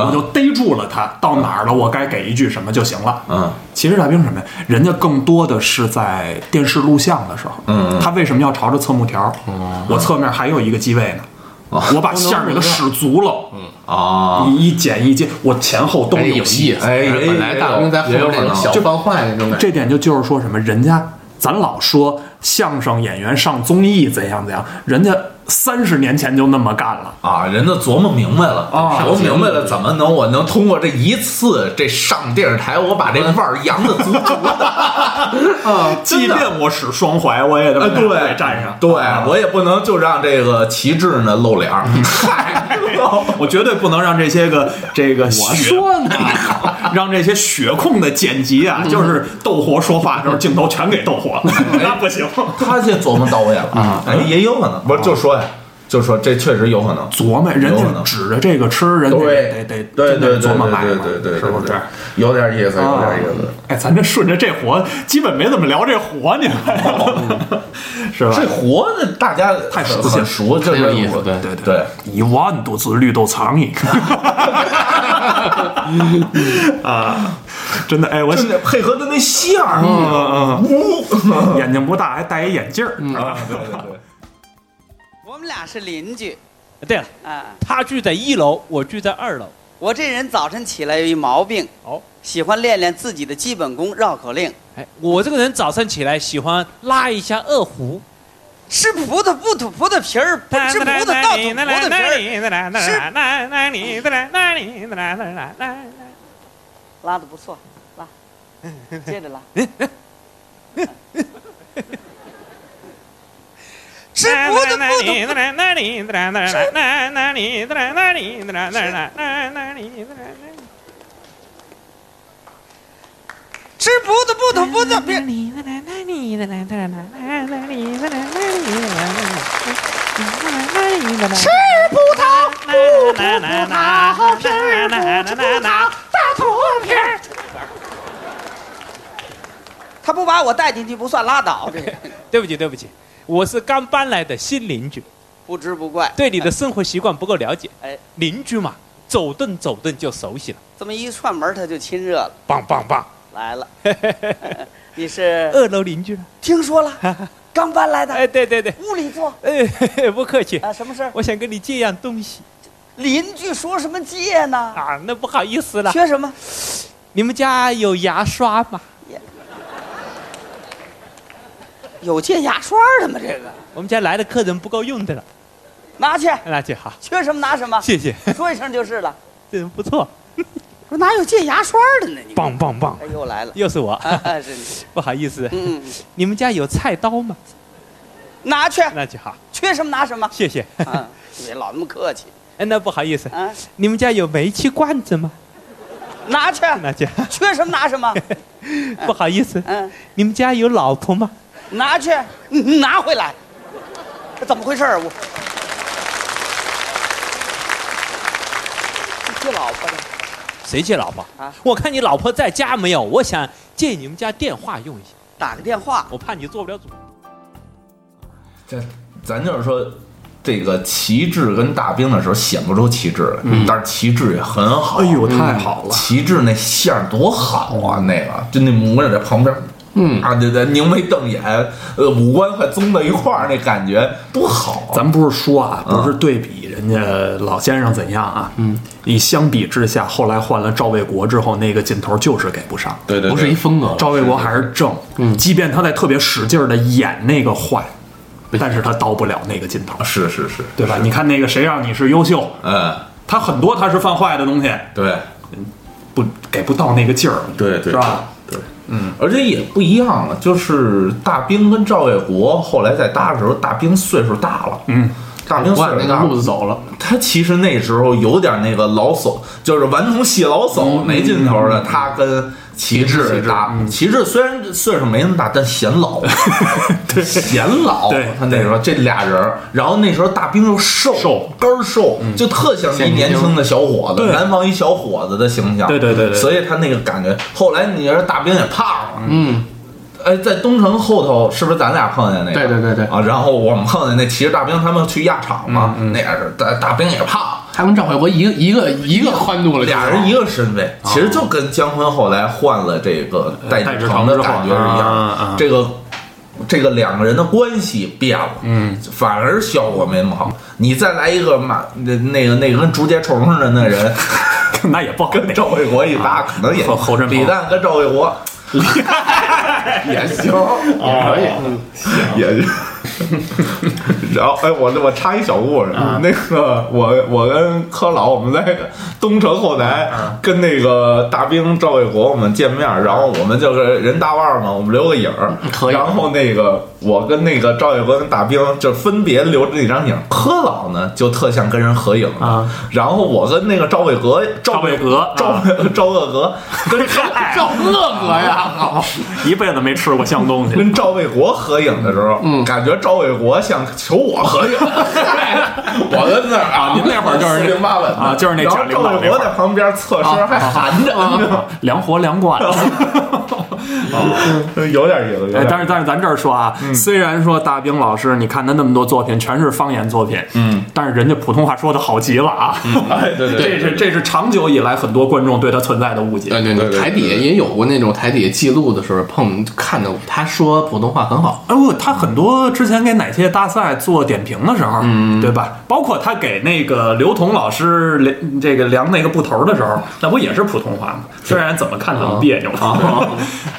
B: 啊
D: 我就逮住了他，到哪儿了我该给一句什么就行了。
B: 嗯，
D: 其实大兵什么呀？人家更多的是在电视录像的时候，
B: 嗯嗯哦
D: 他为什么要朝着侧幕条儿？我侧面还有一个机位呢，我把线儿给他使足了，
B: 啊！
D: 你一剪一接，我前后都
C: 哎有
D: 有
C: 意
D: 戏。
C: 思。
B: 哎也
C: 本来大兵在后
B: 也有
C: 面
B: 可
C: 那
B: 能
C: 种小犯坏那种感觉，
D: 这点就就是说什么，人家咱老说相声演员上综艺怎样怎样，人家三十年前就那么干了。
B: 啊，人家琢磨明白了，
D: 啊
B: 琢磨明白了，怎么能我能通过这一次这上电视台，我把这腕儿扬的足足
D: [laughs]
B: 的啊，
D: 即
B: 真的
D: 便我使双踝，我也得
B: 啊， [laughs] 对，
D: 得站上。
B: 对我也不能就让这个旗帜呢露脸儿。嗨，
D: 我绝对不能让这些个这个我说呢， [laughs] 让这些血控的剪辑啊，就是斗活说话的时候镜头全给斗活 [laughs] 了，那不行。
B: [laughs] 他这琢磨到位了啊，哎，也有可能，不是就说呀，就说这确实有可能。
D: 琢磨，人
B: 有可能
D: 家指着这个吃，人家得
B: 对，
D: 得
B: 对
D: 真
B: 对
D: 得
B: 对
D: 琢磨买
B: 对
D: 嘛，
B: 对对，
D: 是不是？
B: 有点意思，有点意思。
D: 哎，咱这顺着这活，基本没怎么聊这活呢，哦 [laughs] 是吧
B: 这？活的大家
D: 太熟悉
B: 很
D: 了
B: 熟，这
C: 很有意思对
B: 对对。
D: 一万多只绿豆苍 [laughs] 蝇啊！真的，哎，我
B: 真的配合的那相儿，嗯嗯，
D: 眼睛不大，还戴一眼镜儿。
B: 对对对，
F: 我们俩是邻居
H: 对了，
F: 啊。
H: 他住在一楼，我住在二楼。
F: 我这人早晨起来有一毛病，
H: 哦，
F: 喜欢练练自己的基本功——绕口令。
H: 哎，我这个人早上起来喜欢拉一下二胡，
F: 吃葡萄不吐葡萄皮儿，不吃葡萄倒吐葡萄皮儿。拉的不错，拉，
H: [laughs]
F: 接着拉。吃葡萄不吐葡萄吃葡萄不吐葡萄皮儿。吃葡萄不吐葡萄，吃葡萄大吐皮儿。他不把我带进去不算
H: [laughs]
F: 拉倒，
H: 对
F: 这个
H: 不起，对不起，我是刚搬来的新邻居，
F: 不知不怪。
H: 对你的生活习惯不够了解。
F: 哎，
H: 邻居嘛，走动走动就熟悉了。 [laughs]
F: 这么一串门，他就亲热了，
H: 棒棒棒！
F: 来了。你是
H: 二楼邻居了。
F: 听
G: [laughs]
F: 说了，刚搬来的，
H: 哎，对对对，
F: 屋里坐
H: 哎， [laughs] 不客气。
F: 啊？什么事儿？
H: 我想跟你借样东西
F: 邻居说什么借
G: [laughs]
F: 呢？
H: 啊，那不好意思了。
F: 缺什么？
H: 你们家有牙刷吗？
F: 有借牙刷的吗？这个
H: 我们家来的客人不够用的了，哎
F: 拿去，
H: 那就好，
F: 缺什么拿什么，
H: 谢谢，
F: 说一声就是了。
H: 这人不错，
F: 我说哪有借牙刷的呢？你
H: 棒棒棒
F: 哎，，又来了，
H: 又是我，
F: 啊，是你，
H: [laughs] 不好意思，
F: 嗯，
H: 你们家有菜刀吗？
F: 拿去，
H: 那就好，
F: 缺什么拿什么。
H: 谢谢。
F: 嗯，别老那么客气
H: [laughs] 哎，那不好意思，
F: 啊，
H: 你们家有煤气罐子吗？
F: 拿去，
H: 那就好，
F: 缺什么拿什么。
H: [laughs] 不好意思，
F: 嗯，
H: 你们家有老婆吗？
F: 拿去，嗯拿回来。这怎么回事儿？啊我这老婆的
H: 谁借老婆
F: 啊？
H: 我看你老婆在家没有？我想借你们家电话用一下，
F: 打个电话，
H: 我怕你做不了主。
B: 这咱就是说，这个旗帜跟大兵的时候显不出旗帜来，但是旗帜也很好。嗯
D: 哎呦，太好了！
B: 旗帜那线儿多好啊！那个就那模样在旁边，嗯啊，对对，凝眉瞪眼，呃，五官快综到一块儿，那感觉多好啊！
D: 咱不是说啊，不是对比人家老先生怎样啊，嗯，你相比之下，后来换了赵卫国之后，那个劲头就是给不上。
B: 对对，
C: 不
B: 对
C: 啊是一风格了。
D: 赵卫国还是正，嗯，即便他在特别使劲的演那个坏，但是他到不了那个尽头，
B: 是是是，
D: 对吧？你看那个谁让你是优秀，
B: 嗯，
D: 他很多他是犯坏的东西，
B: 对
D: 不给不到那个劲儿， [laughs]
B: 对对，
D: 是吧？
B: 对，嗯，而且也不一样了，就是大兵跟赵卫国后来在搭的时候，大兵岁数大了，
D: 嗯，
B: 大兵
C: 我
B: 岁
C: 按那
B: 数
C: 个
B: 大
C: 路
B: 了，
C: 子走了，
B: 他其实那时候有点那个老叟，就是顽童戏老
D: 嗯
B: 叟没劲头的，他跟旗帜搭，旗帜虽然岁数没那么大，但显
D: [laughs]
B: 老，对，显老
D: 对，
B: 他那时候这俩人儿，然后那时候大兵又瘦，
D: 瘦嗯
B: 根儿瘦，就特像一年轻的小伙子，
D: 对
B: 南方一小伙子的形象，
D: 对对对对对
B: 所以他那个感觉，后来你说大兵也胖了，
C: 嗯，
B: 哎，在东城后头是不是咱俩碰见那个？
C: 对对对对
B: 啊，然后我们碰见那骑着大兵他们去压场嘛，
D: 嗯
B: 那也是大大兵也胖，
C: 他跟赵卫国一个一个一个宽度了，
B: 俩人一个身位，其实就跟姜昆后来换了这个戴
D: 哦呃戴志
B: 诚
D: 诚
B: 的
D: 之后
B: 感觉是一
D: 啊啊
B: 样
D: 啊，
B: 这个。这个两个人的关系变了，嗯，反而效果没那么好。你再来一个马那那个那个跟竹节虫似的那
D: [laughs]
B: 人，
D: 那啊也不好，
B: 跟赵卫国一搭，可能也
D: 侯侯振鹏
B: 李诞跟赵卫
D: [laughs]
B: 国也行，
D: 啊
C: 可以，
B: 也是。 [laughs] 然后，哎，我我插一小故事，
D: 啊
B: 那个我我跟柯老我们在东城后台
D: 啊
B: 跟那个大兵赵卫国我们见面，然后我们就是人大腕儿嘛，我们留个影儿。
D: 嗯
C: 可以
B: 然后那个我跟那个赵卫国跟大兵就分别留着那张影儿，柯老呢就特像跟人合影的
D: 啊
B: 然后我跟那个赵卫国赵
D: 赵卫国
B: 赵
D: 啊
B: 赵卫国跟
C: 赵乐哥呀，
D: 一辈子没吃过香东西，
B: [laughs] 跟赵卫国合影的时候，
C: 嗯
B: 感觉赵卫国想求我合
D: [laughs]
B: 影，我跟那儿啊 [laughs]
D: 啊您那会儿就是
B: 零八稳的
D: 啊就是那
B: 然后
D: 贾玲
B: 赵
D: 老那会儿啊
B: 卫国在旁边侧身还含着，
D: [laughs] 凉活凉惯。
B: [laughs] 嗯有点意思，有
D: [laughs] 啊哎
B: 点，
D: 但是但是咱这儿说啊，虽然说大兵老师，你看他那么多作品全是方言作品，嗯，但是人家普通话说的好极了啊，
B: 哎对对
D: 这是这是长久以来很多观众对他存在的误解。
C: 对对
B: 对对
C: 台底下也有过那种台底下记录的时候碰看到他说普通话很好，
D: 哎呦，他很多之前给哪些大赛做点评的时候，嗯，对吧？包括他给那个刘同老师量这个量那个布头的时候，那不也是普通话吗？虽然怎么看怎么别扭 [laughs]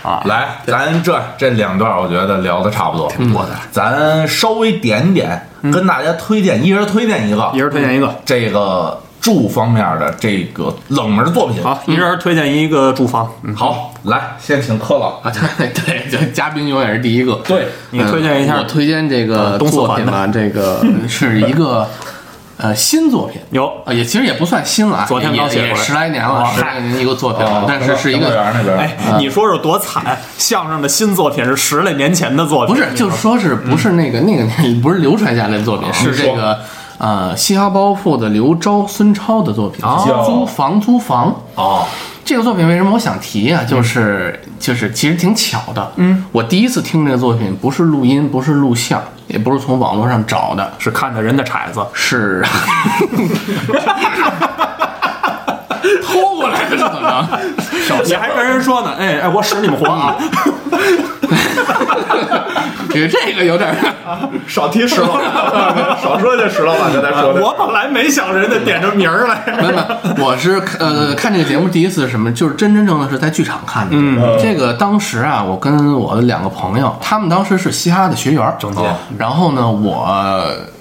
D: 啊，
B: 来，咱这这两段我觉得聊的差不多，挺多的，咱稍微点点，跟大家推荐，一人推荐一个
D: 嗯一，人推荐一个，
B: 这个住方面的这个冷门作品，
D: 好，一人推荐一个住房，嗯，
B: 好，来先请柯老，
C: 啊， [laughs] 对对，就嘉宾永远是第一个。
B: 对
D: 你推荐一
C: 嗯
D: 下
C: 我推荐这个
D: 呃东四
C: 作
D: 环
C: 品
D: 的
C: 啊，这个
D: [laughs]
C: 是一个呃新作品，
D: 有
C: 啊，也其实也不算新了啊，
D: 昨天
C: 也
D: 刚写
C: 也
D: 出来
C: 十来年了，
D: 哦
C: 十来年一个作品了，但
B: 呃
C: 是是一
B: 动物
C: 个
B: 园那边，
D: 哎，你说说多惨！相声的新作品是十来年前的作品，
C: 不是就是说是不是那个那个不是流传下来的作品，是这个呃嘻哈包袱的刘钊、孙超的作品，
B: 叫
C: 租房租房。
B: 哦，
C: 这个作品为什么我想提啊？就是、就是其实挺巧的，嗯，我第一次听这个作品不是录音，不是录像，也不是从网络上找的，
D: 是看的人的铲子，
C: 是 [laughs] 偷过来的，怎么着？
D: 你还跟人说呢，哎哎，我使你们活啊！
C: 这这个有点儿。
B: 少提石 [laughs] 老板，少说这石老板跟他说的。
D: 我本来没想人家点着名儿来，
C: 没有没有，我是呃看这个节目第一次是什么，就是真真正正是在剧场看的。
D: 嗯
C: 这个当时啊，我跟我的两个朋友，他们当时是嘻哈的学员儿，
D: 整洁
C: 然后呢，我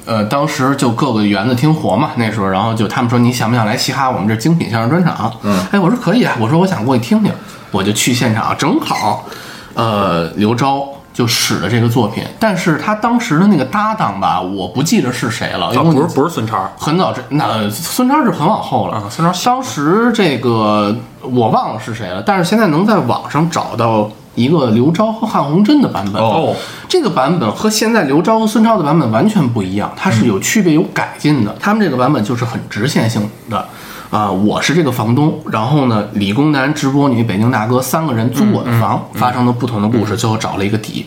C: 呃当时就各个园子听活嘛，那时候，然后就他们说你想不想来嘻哈我们这精品相声专场？嗯，哎，我说可以啊，我说我想过去听听，我就去现场，正好，呃，刘钊。就使了这个作品，但是他当时的那个搭档吧，我不记得是谁了，因为我
D: 不是不是孙超，
C: 很早之那孙超是很往后了，
D: 啊孙超
C: 当时这个我忘了是谁了，但是现在能在网上找到一个刘钊和汉红珍的版本
D: 哦，
C: 这个版本和现在刘钊和孙超的版本完全不一样，它是有区别、有改进的。他们这个版本就是很直线性的，啊、我是这个房东，然后呢，理工男、直播女、北京大哥三个人租我的房，发生了不同的故事，最后找了一个底。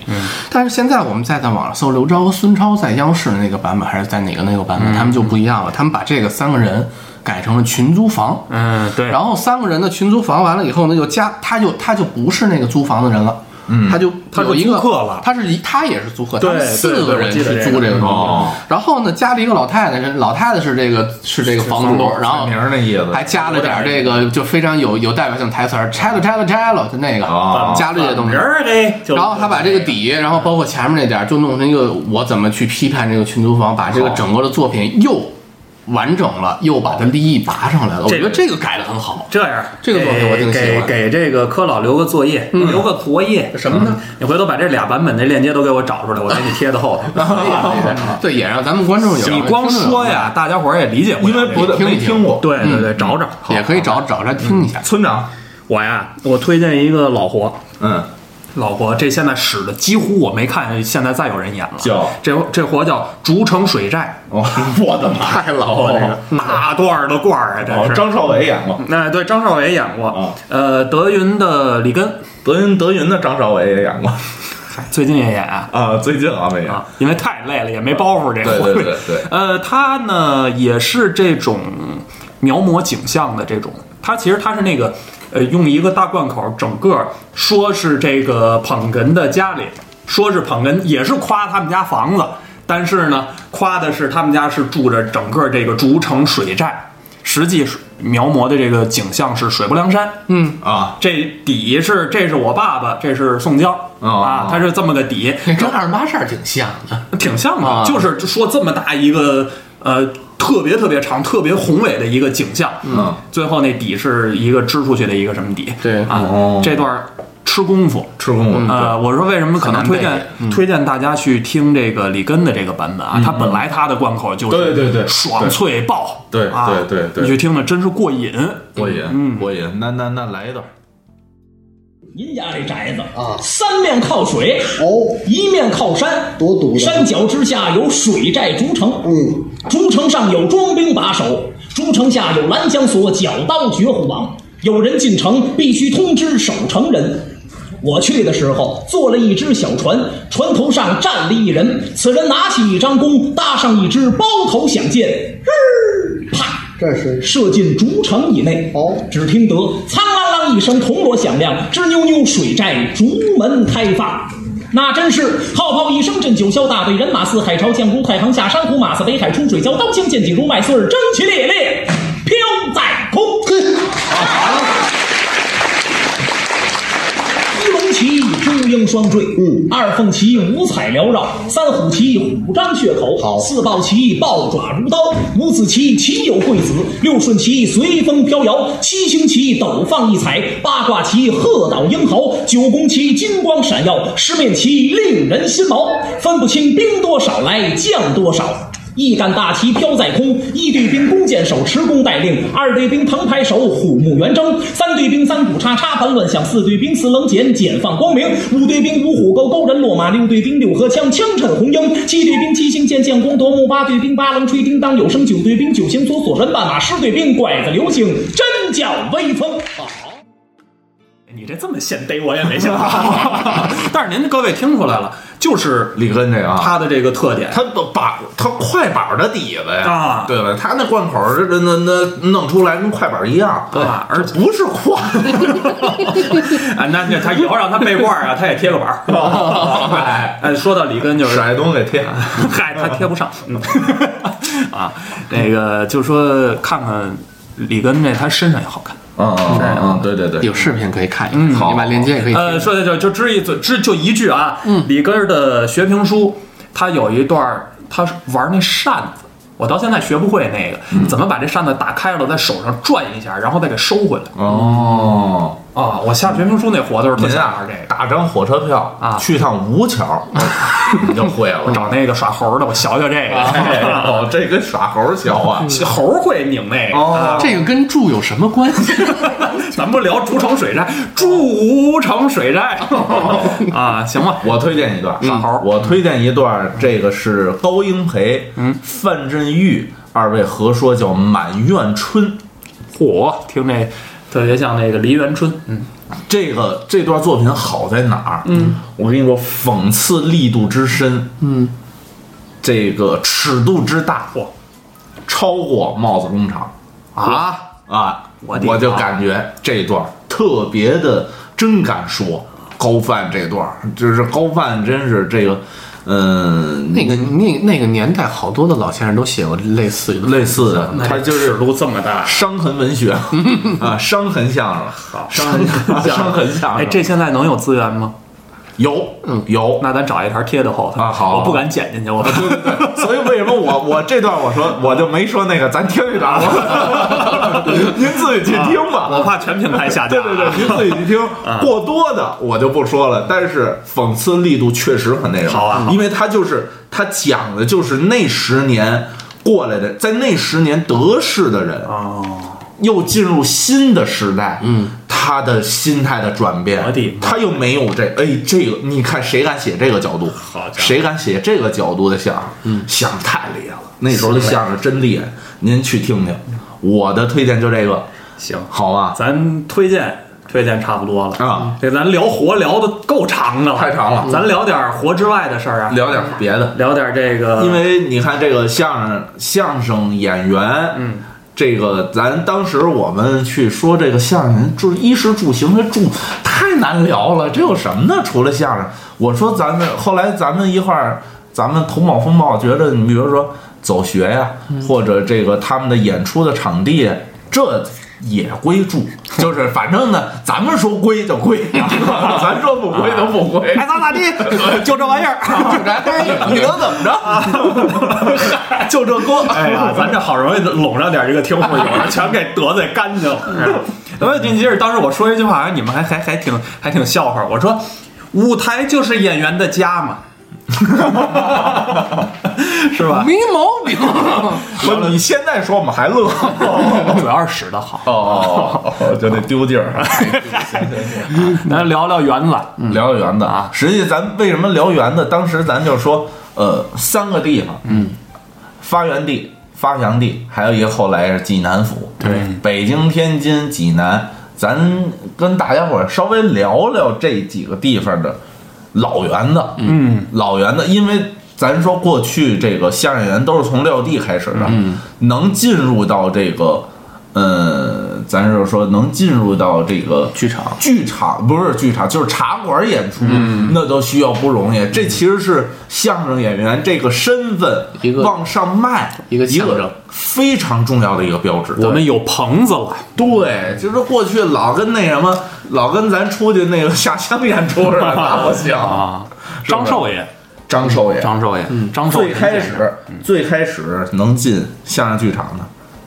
C: 但是现在我们再在网上搜刘钊和孙超在央视的那个版本，还是在哪个那个版本，他们就不一样了，他们把这个三个人改成了群租房。
D: 嗯，对，
C: 然后三个人的群租房完了以后呢，又加他就他就不是那个租房的人了，
B: 嗯
C: 他就
D: 他是
C: 有一个
D: 租客了
C: 他是一他也是租客，他
D: 对
C: 们四
D: 对
C: 个
D: 对
C: 人
D: 我记得这
C: 去租
D: 个
C: 这个东
B: 哦
C: 西。然后呢，家里一个老太太是，老太太是这个是这个房主，然后
B: 名儿那意思
C: 还加了点儿这个就非常有有代表性台词儿，拆了拆了拆了，就那个
B: 哦
C: 加了这些东西
D: 人。儿嘞，就
C: 然后他把这个底，然后包括前面那点儿，就弄成一个我怎么去批判这个群租房，把这个
D: 哦
C: 整个的作品又完整了，又把它利益拔上来了。我
D: 这
C: 觉
D: 个
C: 得这个改的很好。
D: 这样，
C: 这个作品我挺喜
D: 给
C: 欢嗯
D: 给给这个柯老留个作业，留个作业什么呢？你回头把这俩版本的链接都给我找出来，我给你贴到后头。
C: 嗯
D: 哎
C: [laughs] 对，也让咱们观众有
D: 你光说
C: 嗯
D: 呀，大家伙儿也理解不了
B: 因为
D: 这
B: 不
D: 个
B: 得
C: 听一
B: 没
C: 听
B: 听过。
D: 对对对，找找
C: 嗯也可以找找来听一下。
B: 村长，
D: 我呀，我推荐一个老活，
B: 嗯，
D: 老活这现在使的几乎我没看，现在再有人演了。
B: 叫
D: 这这活叫《竹城水寨
B: 哦，我的妈！》，
C: 太老了，这哦个
D: 哪段儿的罐儿啊，
B: 哦
D: 这，是。
B: 张少伟演过，
D: 那对张少伟演过
C: 哦
B: 啊，
D: 呃，德云的李根
B: 德云德云的张少伟也演过
D: 最近也演
C: 哦
D: 啊，
B: 啊，最近啊没演。
D: 啊，因为太累了，也没包袱这
B: 对
D: 活
B: 对对对
D: [laughs] 呃，他呢也是这种描摹景象的这种，他其实他是那个呃，用一个大贯口，整个说是这个捧哏的家里，说是捧哏，也是夸他们家房子，但是呢，夸的是他们家是住着整个这个竹城水寨，实际是描摹的这个景象是水泊梁山。嗯，
B: 啊，
D: 这底是这是我爸爸，这是宋江、
B: 哦
D: 啊，他是这么个底。
C: 跟二妈事儿挺像的。
D: 挺像的，
C: 啊
D: 就是说这么大一个呃特别特别长、特别宏伟的一个景象，
B: 嗯，
D: 最后那底是一个支出去的一个什么底，
C: 对
D: 啊，
B: 哦嗯
D: 这段儿吃功夫。
B: 吃功夫，
D: 呃，我说为什么可能
C: 很难
D: 推
C: 背
D: 荐
B: 嗯
D: 推荐大家去听这个里根的这个版本啊？他本来他的贯口就是
B: 对对对
D: 爽脆爆，
B: 对
D: 啊
B: 对对对
D: 你去听呢真是过瘾。哎
B: 过瘾过瘾。那那那来一段，
I: 您家这宅子啊，三面靠水哦，一面靠山，
J: 多堵呀
I: 山脚之下有水寨竹城，嗯，竹城上有庄兵把守，竹城下有拦江索、绞刀绝户王。有人进城，必须通知守城人。我去的时候，坐了一只小船，船头上站了一人。此人拿起一张弓，搭上一支包头响箭，日儿啪
J: 这是
I: 射进竹城以内。
J: 哦
I: 只听得“苍啷啷”一声铜锣响亮，吱扭扭水寨竹门开放。那真是号炮一声震九霄，大队人马四海朝，将如太行下山虎，马四北海出水交，刀枪剑戟如麦穗儿，争气烈烈飘在空。一龙旗珠英双坠，嗯，二凤旗五彩缭绕，三虎旗虎张血口，
J: 好
I: 四豹旗豹爪如刀，五子旗旗有贵子，六顺旗随风飘摇，七星旗斗放异彩，八卦旗鹤倒英豪，九宫旗金光闪耀，十面旗令人心毛，分不清兵多少来将多少。一杆大旗飘在空，一队兵弓箭手持弓带令，二队兵藤牌手虎目圆睁，三队兵三股叉插盘乱响，四队兵四棱锏锏放光明，五队兵五虎钩钩人落马，六队兵六合枪枪震红缨，七队兵七星剑将弓夺目，八队兵八棱吹叮当有声，九队兵九星锁锁人绊马，十队兵拐子流星，真叫威风。好。
D: 你这这么现逮我也没想到， [laughs] 但是您各位听出来了，就是
B: 李根这个啊，
D: 他的这个特点，
B: 他都把他快板的底子呀，
D: 啊
B: 对吧？他那贯口儿那那那弄出来跟快板一样，
D: 对吧
B: 而不是快，
D: [laughs] 啊，那那他以后让他背罐儿啊，他也贴个板儿。
B: 哎
D: 哎，说到里根就是，
B: 甩东给贴，
D: [laughs] 嗨，他贴不上。嗯 [laughs] 啊，那个就说看看里根这他身上也好看。
B: 嗯嗯嗯嗯，对对对，
C: [laughs] 有视频可以看一看，你把链接也可以听。
D: 呃，说的就就只一嘴，只就一句啊。嗯，里根儿的学评书，他有一段儿，他是玩那扇子。我到现在学不会那个，怎么把这扇子打开了，在手上转一下，然后再给收回来
B: 哦。
D: 啊！我下学评书那活的时候特
B: 您
D: 想
B: 啊
D: 玩这，个，
B: 打张火车票
D: 啊
B: 去趟吴
D: [laughs]
B: 桥，你就会了。
D: 找那个耍猴的，我学学这
B: 哎
D: [laughs] 个。
B: 呦， [laughs] 这跟耍猴学啊！哦
D: 猴会拧那个，嗯啊
C: 这个跟住有什么关系？
D: [laughs] 咱不聊竹城水寨，竹城
B: [laughs]
D: 水寨啊，行吧，
B: 我推荐一段，
D: 耍猴
B: 我推荐一段，这个是高英培、嗯、范振钰二位合说，叫《满院春》。
D: 嚯，听这特别像那个梨园春，嗯，
B: 这个这段作品好在哪儿？嗯，我跟你说，讽刺力度之深，嗯，这个尺度之大，嚯，超过帽子工厂
D: 啊，
B: 啊！
D: 我
B: 我
D: 的
B: 就
D: 妈
B: 感觉这段特别的真敢说，高范这段儿，就是高范真是这个，嗯，
C: 那个那那个年代，好多的老先生都写过类似的
B: 类似的，他就
D: 尺
B: 是
D: 度这么大，
B: 伤痕文学啊，伤痕相声，伤痕相声，伤痕相声，
D: 哎，这现在能有资源吗？
B: 有有
D: 那咱找一条贴在后头
B: 啊好啊
D: 我不敢剪进去，我
B: 对对对，所以为什么我我这段我说我就没说那个，咱听一段，我您自己去听吧。
D: [laughs] 我怕全平台下
B: [laughs]
D: 架。
B: 对对
D: [laughs]
B: 对，您自己去听。
D: 啊
B: 过多的我就不说了，但是讽刺力度确实很那什么，
D: 好啊好
B: 因为他就是他讲的就是那十年过来的，在那十年得势的人
D: 哦
B: 又进入新的时代，嗯，他的心态的转变，
D: 我的妈
B: 他又没有这，哎，这个你看谁敢写这个角度？
D: 好家伙
B: 谁敢写这个角度的相声？嗯，相声太厉害了，那时候的相声真厉害，您去听听。我的推荐就这个，
D: 行，
B: 好吧？
D: 咱推荐推荐差不多了
B: 啊。
D: 这咱聊活聊的够长的了，嗯
B: 太长了
D: 咱聊点活之外的事儿啊，
B: 聊点别的，
D: 聊点这个，
B: 因为你看这个相声相声演员，嗯，这个咱当时我们去说这个相声人住衣食住行，这住太难聊了，这有什么呢？除了相声，我说咱们后来咱们一块儿，咱们同某风暴觉得，你比如说走学呀、
D: 嗯
B: 或者这个他们的演出的场地，这。也归住，就是反正呢，咱们说归就归， [laughs] 咱说不归就不归。
D: 爱咋咋地，就这
B: [laughs]
D: 玩意儿。
B: 你能怎么
D: [laughs]
B: 着？就这锅。
D: 哎呀，咱这好容易拢上点这个听户 [laughs] 友，全给得罪干净 [laughs] 了。然后紧接着，当时我说一句话，哎你们还还还挺还挺笑话。我说，舞台就是演员 [laughs] 的家
B: [laughs]
D: 嘛，是吧？
C: 没毛病。
B: 不，你现在说我们还
D: [laughs]
B: 乐。
D: 主要是使得 [laughs] 好。
B: 哦，就那丢劲
D: [laughs]
B: 儿。
D: 咱聊聊园子，
B: 聊园子啊，实际咱为什么聊园子？当时咱就说，呃，三个地方，嗯，发源地、发祥地，还有一个后来是济南府，对，北京、天津、济南，咱跟大家伙儿稍微聊聊这几个地方的老园子，嗯，老园子，因为。咱说过去这个相声演员都是从撂地开始的，
C: 嗯
B: 能进入到这个，呃，咱就说能进入到这个
C: 剧场
B: 剧场不是剧场，就是茶馆演出，
C: 嗯
B: 那都需要不容易。这其实是相声演员这个身份
C: 一个
B: 往上迈
C: 一个
B: 一
C: 象
B: 个
C: 征
B: 非常重要的一个标志。
D: 我们有棚子了，
B: 对，就是过去老跟那什么，老跟咱出去那个下乡演出似
C: [laughs]
B: 的，那不行。
D: 啊，张寿爷，
B: 张寿爷，
D: 张寿爷，张寿
B: 最
D: 爷
B: 开始最开始能进相声剧场的。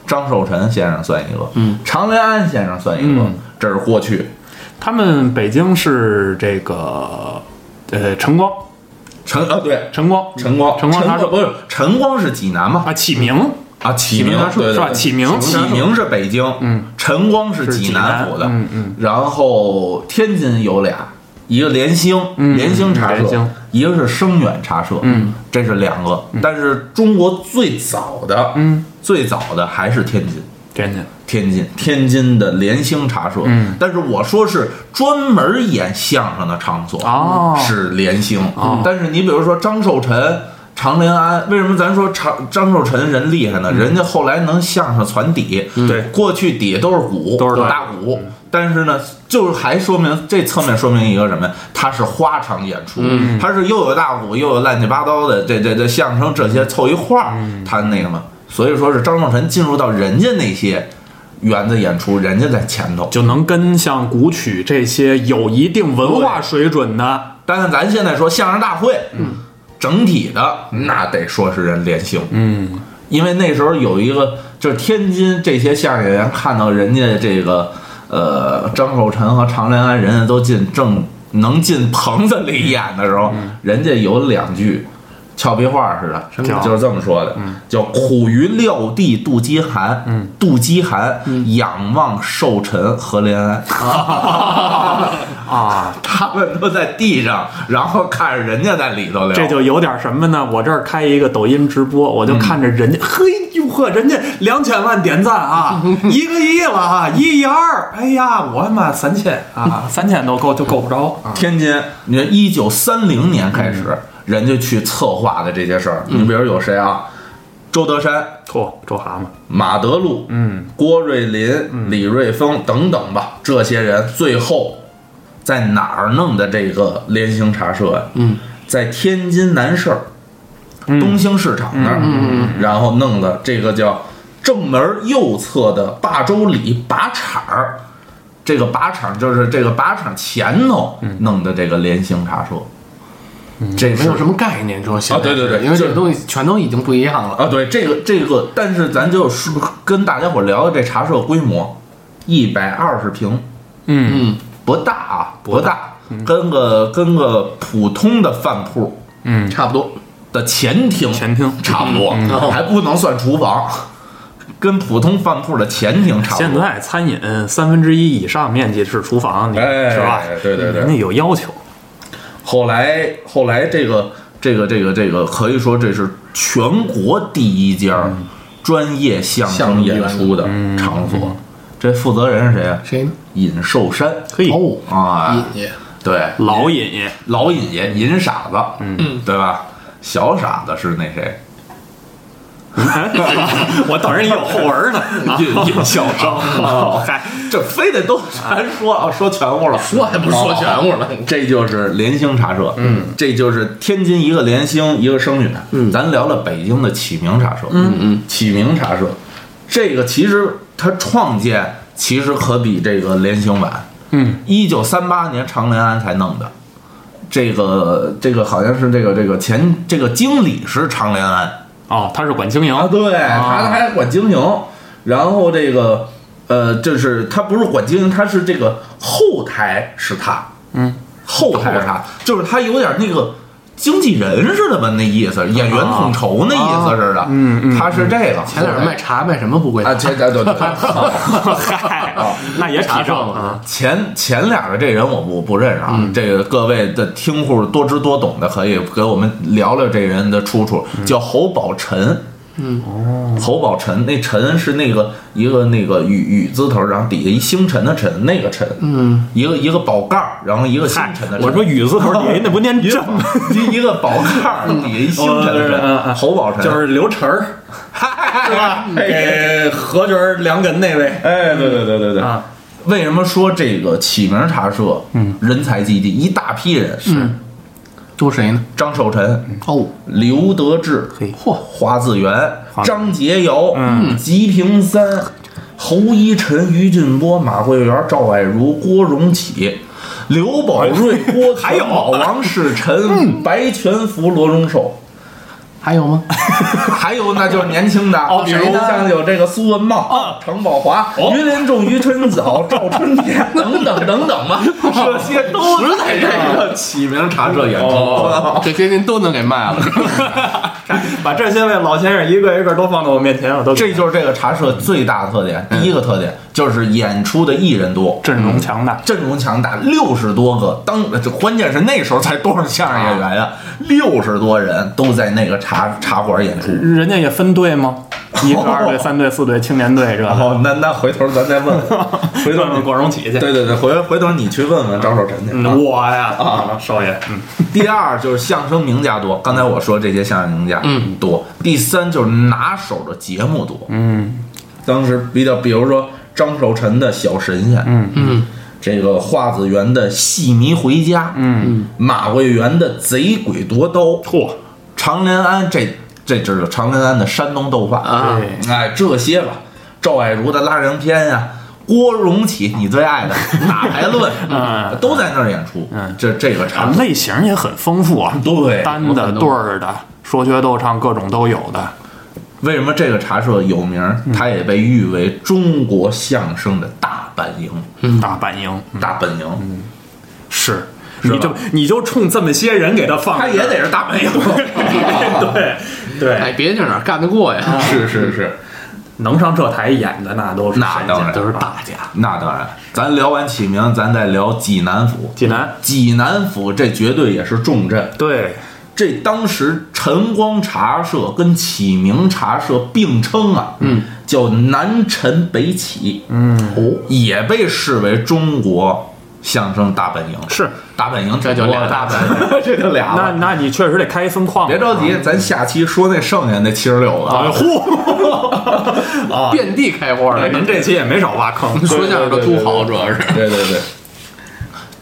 B: 张寿臣先生算一个，嗯，常连安先生算一个，
D: 嗯
B: 这是过去。
D: 他们北京是这个呃晨光，
B: 陈啊，对，
D: 晨光，
B: 晨光，
D: 晨光他说
B: 不是晨光是济南嘛？
D: 啊启明，
B: 啊，启
D: 明他说
B: 对对
D: 是吧
B: 对
D: 启明
B: 启
D: 启明
B: 明是北京，嗯，晨光是
D: 是
B: 济
D: 济
B: 南
D: 南
B: 府的，
D: 嗯嗯，
B: 然后天津有俩，一个联兴，联兴茶
D: 联
B: 社
D: 嗯兴，嗯
B: 一个是生远茶社，嗯，这是两个，但是中国最早的，嗯，最早的还是天津。
D: 天津，
B: 天津，天津的联兴茶社，嗯，但是我说是专门演相声的场所
D: 哦
B: 是联兴。但是你比如说张寿臣、常连安，为什么咱说常张寿臣人厉害呢？人家后来能相声传底，
D: 对
B: 过去底都是鼓，
D: 都是
B: 大鼓。但是呢，就是还说明这侧面说明一个什么呀？它是花场演出，它是又有大鼓又有乱七八糟的这这这相声这些凑一块儿，它那个嘛，所以说是张寿臣进入到人家那些园子演出，人家在前头。
D: 就能跟像古曲这些有一定文化水准的，
B: 但是咱现在说相声大会，嗯，整体的那得说是人连兴，嗯，因为那时候有一个就是天津这些相声演员看到人家这个呃张寿臣和常连安，人家都进正能进棚子里演的时候，人家有两句。俏皮话似的，
D: 叫
B: 就是这么说的，叫“苦于撂地杜饥寒”，杜饥寒，仰望寿臣和连安。
D: 啊，
B: 他们都在地上，然后看着人家在里头聊。
D: 这就有点什么呢？我这儿开一个抖音直播，我就看着人家，嘿呦呵，人家两千万点赞啊，一个亿了啊，一亿二，哎呀，我他妈三千啊，三千都够就够不着啊，
B: 天津，你看一九三零年开始，人家去策划的这些事儿，你比如有谁啊？周德山、
D: 嚯，周蛤蟆，
B: 马德禄、
C: 嗯
B: 嗯，郭瑞麟、李瑞峰等等吧，这些人最后在哪儿弄的这个联兴茶社呀？嗯，在天津南市儿
C: 嗯
B: 东兴市场那儿，然后弄的这个叫正门右侧的霸州里靶场儿，这个靶场就是这个靶场前头弄的这个联兴茶社，这
C: 嗯没
B: 是
C: 有什么概念，这种现在
B: 啊对对对
C: 是因为这
B: 就
C: 个东西全都已经不一样了。
B: 啊，对，这个这个，但是咱就说跟大家伙聊聊这茶社规模，一百二十平
D: 嗯，
C: 嗯，
B: 不大啊，不大，跟个跟个普通的饭铺
C: 差不多。
B: 的前厅
D: 前厅
B: 差不多，还不能算厨房，跟普通饭铺的前厅差不
D: 现
B: 多。
D: 在餐饮三分之一以上面积是厨房，你
B: 哎
D: 是吧？
B: 对对对
D: 人家有要求。
B: 后来后来这个这个这个这个可以说这是全国第一家
C: 嗯
B: 专业相
C: 相
B: 声
C: 声
B: 演
C: 演
B: 出的场所，
C: 嗯
B: 这负责人是谁啊？
C: 谁呢？
B: 尹寿山。
D: 嘿，
C: 哦，
B: 啊，
C: 尹爷，
B: 对，
D: 老尹 [laughs] 爷，
B: 老尹爷尹傻子，嗯，对吧？小傻子是那谁？
D: 我等着你有后文呢。啊
C: 啊
B: 尹 [laughs] 尹小
C: [laughs]
B: 生，
D: 哦，嗨，
B: 这非得都全说啊，说全乎了，
C: 说还不是说全乎了？
B: 这就是联兴茶社，嗯，这就是天津一个联兴，一个声远，嗯，咱聊聊北京的启明茶社，嗯嗯，启明茶社，这个其实它创建其实可比这个联兴晚，嗯，一九三八年常连安才弄的，这个这个好像是这个这个前这个经理是常连安，
D: 哦，他是管经
B: 啊，
D: 营，
B: 对，他还管经营，然后这个呃，就是他不是管经营，他是这个后台是他，嗯，后台是他，就是他有点那个。经纪人似的吧，那意思，演员统筹那意思似的，嗯嗯，他是这个。
C: 前两天卖茶卖什么不贵？
B: 啊，前对对 [laughs] 对，
D: 嗨，哎那也
C: 茶
D: 提
C: 社
D: 倡
C: 嘛
D: 啊。
B: 前前俩个这人我不不认识
D: 嗯
B: 啊，这个各位的听户多知多懂的可以给我们聊聊这人的出处，
D: 嗯
B: 叫侯宝臣。嗯，侯宝臣，那臣是那个一个那个雨雨字头，然后底下一星辰的辰，那个辰，嗯，一个一个宝盖儿，然后一个星
D: 嗨
B: 辰的，辰。
D: 我说雨字头底下那不念正，
B: 一一个宝盖儿底下一星辰的
D: 嗯
B: 辰，
D: 嗯嗯
B: 侯宝臣
D: 就是刘晨 [laughs] 儿，
B: [laughs]
D: 是吧？给何角儿梁哏那位
B: 哎，对对对对对
D: 啊。
B: 为什么说这个启明茶社，嗯，人才济济，一大批人是
C: 都谁呢？
B: 张寿臣，
C: 哦，
B: 刘德志、嚯，花自源、张杰尧、嗯、吉平三、侯一晨、于俊波、马桂元、赵爱如、郭荣启、刘宝瑞、郭还有嗯王世臣、白全福、罗荣寿，
C: 还有吗？
B: [laughs] 还有那就是年轻的，比如
C: 谁呢
B: 像有这个苏文茂、程宝华、于连仲、于春 [laughs] 早、赵春田哦等等等等吧，这些都在这个启明茶社演出。
C: 这些您都能给卖了。
D: 把这些位老先生一个一个都放到我面前，我都
B: 这就是这个茶社最大的特点。第一个特点就是演出的艺人多，
D: 阵容强大。
B: 阵容强大，六十多个，当这关键是那时候才多少相声演员呀？六十多人都在那个茶茶馆演出。
D: 人家也分队 [laughs] 吗？一队、二队、三队、四队、青年队这
B: 然
D: 个。
B: 后那那回头咱再问，回头
D: 问问 [laughs]
B: 你
D: 郭荣启去。
B: 对对对，回回头你去问问张寿臣去。
D: 嗯我呀，啊，少爷，嗯，
B: 第二就是相声名家多，刚才我说这些相声名家多。第三就是拿手的节目多，嗯，当时比较，比如说张寿臣的《小神仙》，嗯嗯，这个华子源的《戏迷回家》，嗯，马桂元的《贼鬼夺刀》，嚯，常连安这这这是常连安的山东豆瓣啊哎，这些吧，赵爱如的拉人片呀、郭荣启，你最爱 [laughs] 的打牌论，
D: 嗯
B: 都在那儿演出。
D: 嗯
B: 这这个场
D: 啊，类型也很丰富啊，
B: 对
D: 单的、对儿的，说学逗唱各种都有的。
B: 为什么这个茶社有名儿？它也被誉为中国相声的大本营，
D: 大本营
B: 大本营，
D: 嗯是，
B: 是吧
D: 你就你就冲这么些人给他放，
B: 它也得是大本营。
D: [laughs]
B: [laughs]
D: 对对，
C: 哎，别的地儿哪儿干得过呀？
B: 是是是，
D: 能上这台演的那都是
B: 那
D: 神
B: 当
D: 仙
B: 然
D: 都是大家。
B: 那当然。咱聊完启明，咱再聊济南府。
D: 济南，
B: 济南府这绝对也是重镇。
D: 对，
B: 这当时晨光茶社跟启明茶社并称啊，嗯，叫南陈北启，嗯，哦，也被视为中国相声大本营，
D: 是
B: 大本营，
C: 这就俩大本
B: 营，这就俩
D: 那
B: 了。
D: 那你确实得开一分框。
B: 别着急，咱下期说那剩下那七十六个
D: 啊，嚯啊！
C: 遍地开花
B: [laughs]
D: 您
C: 了。
D: 这期也没少挖坑，
C: [laughs] 说相声的
B: 对对
C: 都
B: 对
C: 好，主要是
B: 对对对。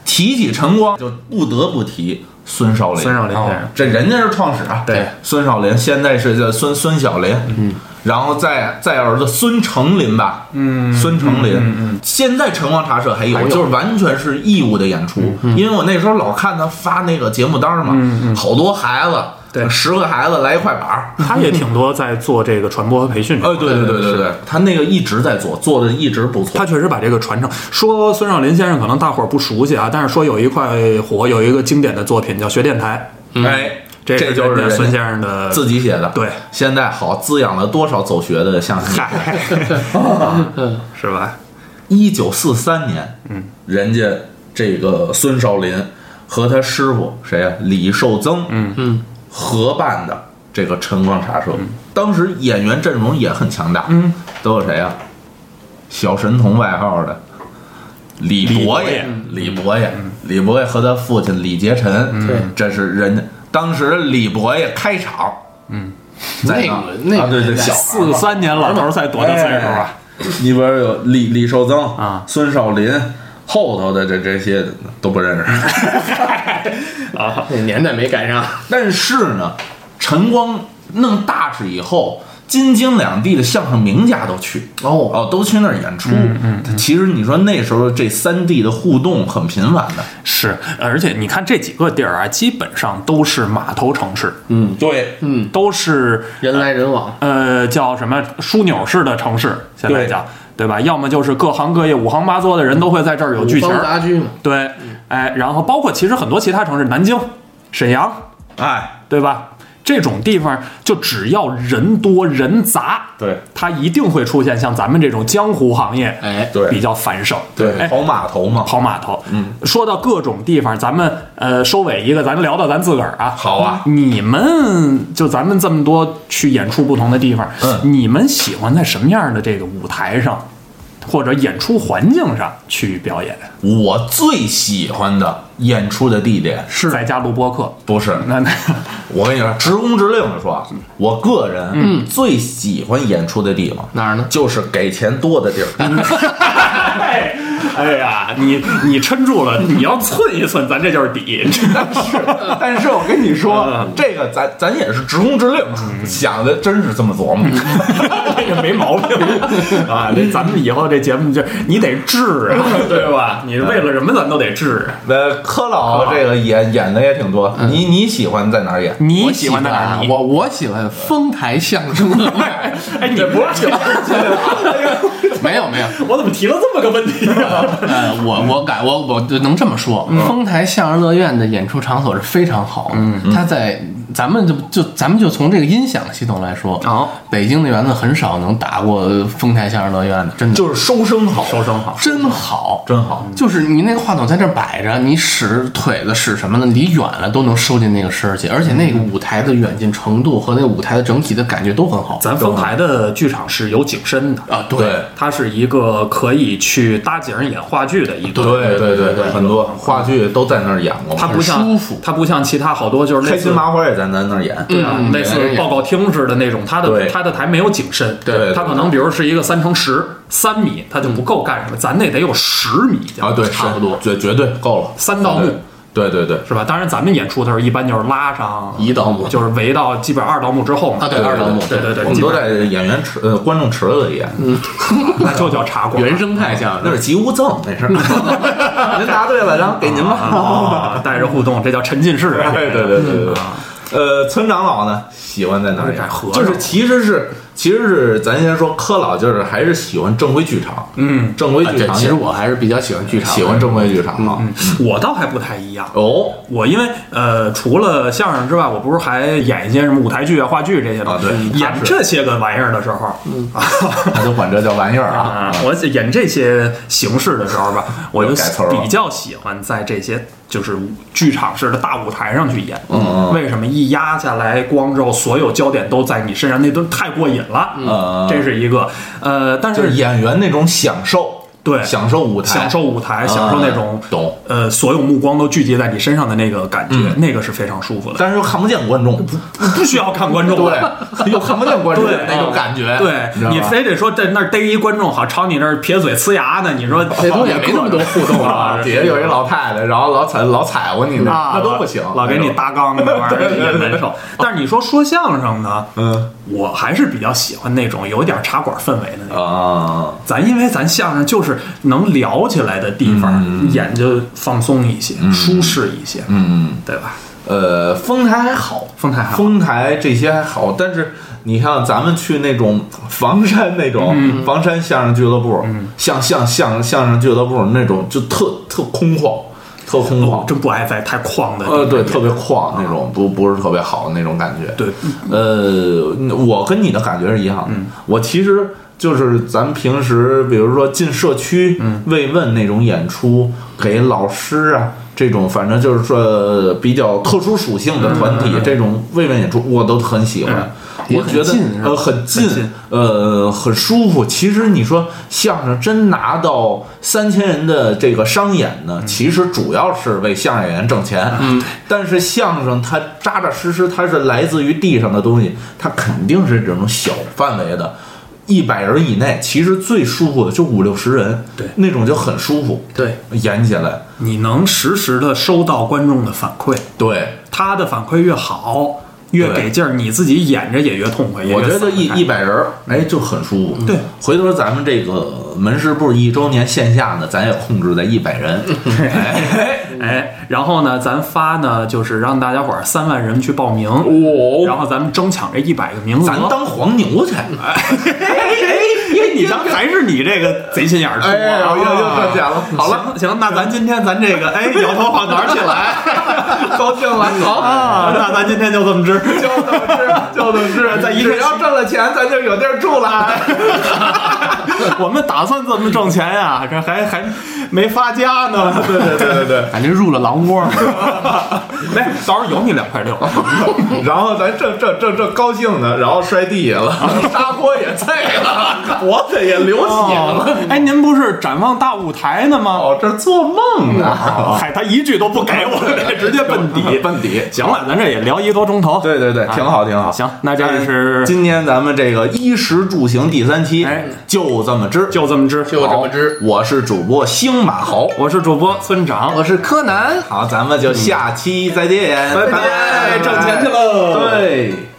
B: 提起晨光，就不得不提孙少林。
D: 孙少林先生
B: 哦这人家是创始啊。
D: 对，
B: 孙少林现在是叫孙孙小林。嗯。然后再再儿子孙成林吧，嗯，孙成林，嗯嗯，现在晨光茶社还有，嗯就是完全是义务的演出，因为我那时候老看他发那个节目单儿嘛，好多孩子，
D: 对
B: 十个孩子来一块板儿，
D: 他也挺多在做这个传播和培训这块
B: 哎，
D: 儿。
B: 对对对对对，他那个一直在做，做的一直不错。
D: 他确实把这个传承。说孙少林先生可能大伙儿不熟悉啊，但是说有一块火，有一个经典的作品叫《学电台》，
B: 哎，
D: 这
B: 这
D: 是
B: 就是
D: 人
B: 人
D: 家
B: 家
D: 孙先生的
B: 自己写的。
D: 呃对
B: 现在好滋养了多少走学的相声？
D: 是吧？
B: 一九四三年，嗯，人家这个孙少林和他师傅谁呀、李寿增，嗯嗯，合办的这个晨光茶社，当时演员阵容也很强大，嗯，都有谁呀、小神童外号的。李伯爷，嗯李伯爷，李伯爷和他父亲李杰臣，对，这是人家当时李伯爷开场，嗯，在哎
C: 那个那个
B: 啊对对，
C: 年代
B: 小孩儿
D: 四
B: 嘛
D: 三年老头儿才多大岁数啊？
B: 里边有李李寿增
D: 啊
B: 孙少林，后头的这这些都不认识。
C: [laughs] 啊，那年代没赶上，
B: 但是呢，晨光弄大事以后，京津两地的相声名家都去
C: 哦
B: 都去那儿演出。其实你说那时候这三地的互动很频繁的，
D: 是，而且你看这几个地儿啊，基本上都是码头城市，
B: 对，
D: 嗯，都是
C: 人来人往，
D: 呃叫什么枢纽式的城市，现在
B: 对
D: 叫对吧？要么就是各行各业五行八作的人都会在这儿有
C: 五
D: 剧情
C: 方
D: 儿，
C: 杂居嘛，
D: 对，哎，然后包括其实很多其他城市，南京、沈阳，
B: 哎，
D: 对吧？这种地方就只要人多人杂，
B: 对
D: 它一定会出现像咱们这种江湖行业，
C: 哎
B: 对
D: 比较繁盛，哎。
B: 跑码头嘛，
D: 跑码头，嗯，说到各种地方，咱们呃收尾一个，咱聊到咱自个儿啊。
B: 好啊
D: 你们就咱们这么多去演出不同的地方，
B: 嗯
D: 你们喜欢在什么样的这个舞台上，或者演出环境上去表演？
B: 我最喜欢的演出的地点
D: 是在家录播课，
B: 不是
D: 那那
B: 我跟你说，职工之令的说啊，我个人嗯最喜欢演出的地方
C: 哪儿呢
B: 就是给钱多的地儿。
D: 哎 [laughs] 哎呀，你你抻住了，你要寸一寸，咱这就是底。
B: [laughs] 但是我跟你说，这个咱咱也是职工之令，啊想的真是这么琢磨。
D: [laughs] 嗯这个没毛病啊！这咱们以后这节目就你得治啊， [laughs] 对吧？你为了什么咱都得治。
B: [laughs]
D: 啊
B: 呃，柯老这个演演的也挺多，你你喜欢在哪儿演？
D: 你
C: 我
D: 喜欢在哪
C: 啊
D: 儿？
C: 我我喜欢丰台
D: [laughs]
C: 相声，
D: 哎，你不是喜欢？
C: 没有没有，
D: 我怎么提了这么个问题 [laughs] 啊？
C: 呃，我我敢我我就能这么说，丰台相声乐院的演出场所是非常好的。它在咱们就就咱们就从这个音响系统来说，
D: 哦
C: 北京的园子很少能打过丰台相声乐院的，真的
B: 就是收声好，
D: 收声好，
C: 真好，
B: 真好。
C: 就是你那个话筒在这儿摆着，你使腿子使什么的，离远了都能收进那个声儿去，而且那个舞台的远近程度和那个舞台的整体的感觉都很好。
D: 咱丰台的剧场是有景深的
C: 啊，
B: 对
D: 它是一个可以去搭景演话剧的一个。
B: 对对对对，很多话剧都在那儿演过嘛。
D: 它不像
C: 很舒服
D: 它不像其他好多就是类
B: 开
D: 似
B: 心麻花也在咱那儿演，
D: 对啊，类似
C: 每个人也
D: 报告厅似的那种，它的
B: 对
D: 它的台没有景深，
B: 对对对
D: 它可能比如是一个三乘十三米，它就不够干什么，咱那得有十米
B: 啊，对，
D: 差不
B: 是
D: 多
B: 绝绝对够了。
D: 三道幕。
B: 对对对，
D: 是吧？当然，咱们演出的时候一般就是拉上
C: 一道幕
D: 就是围到基本上二道幕之后嘛。
C: 啊，对，二道幕，
D: 对对对，
B: 我们
D: 基
B: 都
D: 本
B: 在演员池呃观众池子里演。
D: 那就叫茶馆。
C: 原生态相
B: 那
C: 声
B: 是。吉屋赠，那是。您答对了，然后给您 [laughs] 吧。哎
D: 啊，带着互动，这叫沉浸式。
B: 对对对对对。呃，村长老呢，喜欢在哪里啊
D: 改和？尚
B: 就是其实是其实是咱先说柯老，就是还是喜欢正规剧场。嗯，正规
C: 啊
B: 剧
C: 这
B: 场。
C: 其实我还是比较喜欢剧场的，
B: 喜欢正规剧场啊。
D: 我倒还不太一样，
B: 哦，
D: 我因为呃，除了相声之外，我不是还演一些什么舞台剧啊、话剧这些东西。
B: 啊对嗯
D: 演这些个玩意儿的时候，啊，
B: 他就管这叫玩意儿啊。
D: 啊，我演这些形式的时候吧，我就
B: 又改词儿了
D: 比较喜欢在这些就是剧场式的大舞台上去演。
B: 嗯嗯
D: 为什么一压下来光之后，所有焦点都在你身上，那都太过瘾了。
B: 嗯
D: 这是一个呃，但
B: 就是
D: 是
B: 演员那种享受，
D: 对，
B: 享受舞台，
D: 享受舞台，
B: 啊
D: 享受那种
B: 懂，嗯
D: 呃，所有目光都聚集在你身上的那个感觉，那个是非常舒服的。
B: 但是又看不见观众，
D: 不需要看观众，
B: 对，又看不见观众
D: 对
B: 那种感觉，
D: 对
B: 哎你知道吧
D: 你非得说在那儿逮一观众好朝你那儿撇嘴呲牙呢，你说
C: 这东西也没那么多互动
B: 啊，
D: 是
B: 底下有一老太太，然后老踩老踩过你呢，
D: 啊
B: 那都不行，
D: 老给你搭缸那玩意儿也难
B: [laughs]
D: 受。但是你说说相声呢，
B: 嗯
D: 我还是比较喜欢那种有点茶馆氛围的那种。
B: 啊，
D: 咱因为咱相声就是能聊起来的地方，眼就放松一些，舒适一些，
B: 嗯，
D: 对吧？
B: 呃，丰台还好，
D: 丰台还好
B: 丰台这些还好，但是你看咱们去那种房山那
D: 嗯
B: 种房山相声俱乐部，像像像相声俱乐部那种就特特空旷，特空
D: 我
B: 旷，
D: 真不爱在太旷的地方
B: 呃，对，特别旷那种，不不是特别好的那种感觉，
D: 对，
B: 呃，我跟你的感觉是一样的。我其实就是咱们平时，比如说进社区慰问那种演出，给老师啊这种，反正就是说比较特殊属性的团体、这种慰问演出，我都很喜欢。
C: 也
B: 我
C: 很
B: 觉得
C: 近是吧
B: 呃很近
D: 近
B: 呃很舒服。其实你说相声真拿到三千人的这个商演
D: 嗯
B: 呢，其实主要是为相声演员挣钱。嗯，但是相声它扎扎实实，它是来自于地上的东西，它肯定是这种小范围的。一百人以内，其实最舒服的就五六十人，
D: 对
B: 那种就很舒服。
D: 对，
B: 演起来，
D: 你能实时的收到观众的反馈，
B: 对，
D: 他的反馈越好，越
B: 对
D: 给劲儿，你自己演着也越痛快。也越
B: 我觉得一
D: 散开
B: 一百人儿，哎，就很舒服。
D: 对，
B: 回头咱们这个门市部一周年线下呢，咱也控制在一百 [laughs] 人。
D: 哎，然后呢，咱发呢就是让大家伙儿三万人去报名，然
B: 哦，
D: 后咱们争抢这一百个名额。
B: 咱当黄牛去。
D: 哎，你瞧，还是你这个贼心眼 [laughs] 儿粗啊！
B: 哎呦又又赚钱了好了
D: 哎行行，那咱今天咱这个哎摇头晃脑起
B: [laughs]
D: [laughs] 来，高兴了，好啊，那咱今天就这么支，就这么支，就这么
B: [laughs]
D: 支，在一
B: 只
D: 个
B: 要挣了钱，咱就有地儿住了。
D: [laughs] 我们打算这么挣钱呀、这还还没发家呢， [laughs] 对对对对对，
C: 感觉入了
D: [laughs]
C: 狼窝了。
D: 没，哎到时候有你两 [laughs] 块六。
B: 然后咱这这这这高兴呢，然后摔地下了， [laughs] 砂锅也碎了， [laughs] 脖子也流血了。
D: 哦， [laughs] 哎，您不是展望大舞台呢吗？
B: 哦，这是做梦呢，
D: [laughs] 嗨，他一句都不给我，直接奔底。
B: 笨底。
D: 啊 [laughs] 行了，咱这也聊一个多钟头。
B: 对对对，挺好挺好。
D: 哦啊行，那这是
B: 今天咱们这个衣食住行第三期，
D: 哎
B: 就这么支，
D: 就这么支，就
B: 这么支。我是主播星马豪，
D: 我是主播村长，
C: 我是柯南。
B: 好，咱们就下期再见，
D: 嗯拜
B: 拜
D: 拜，挣钱去喽。
B: 对。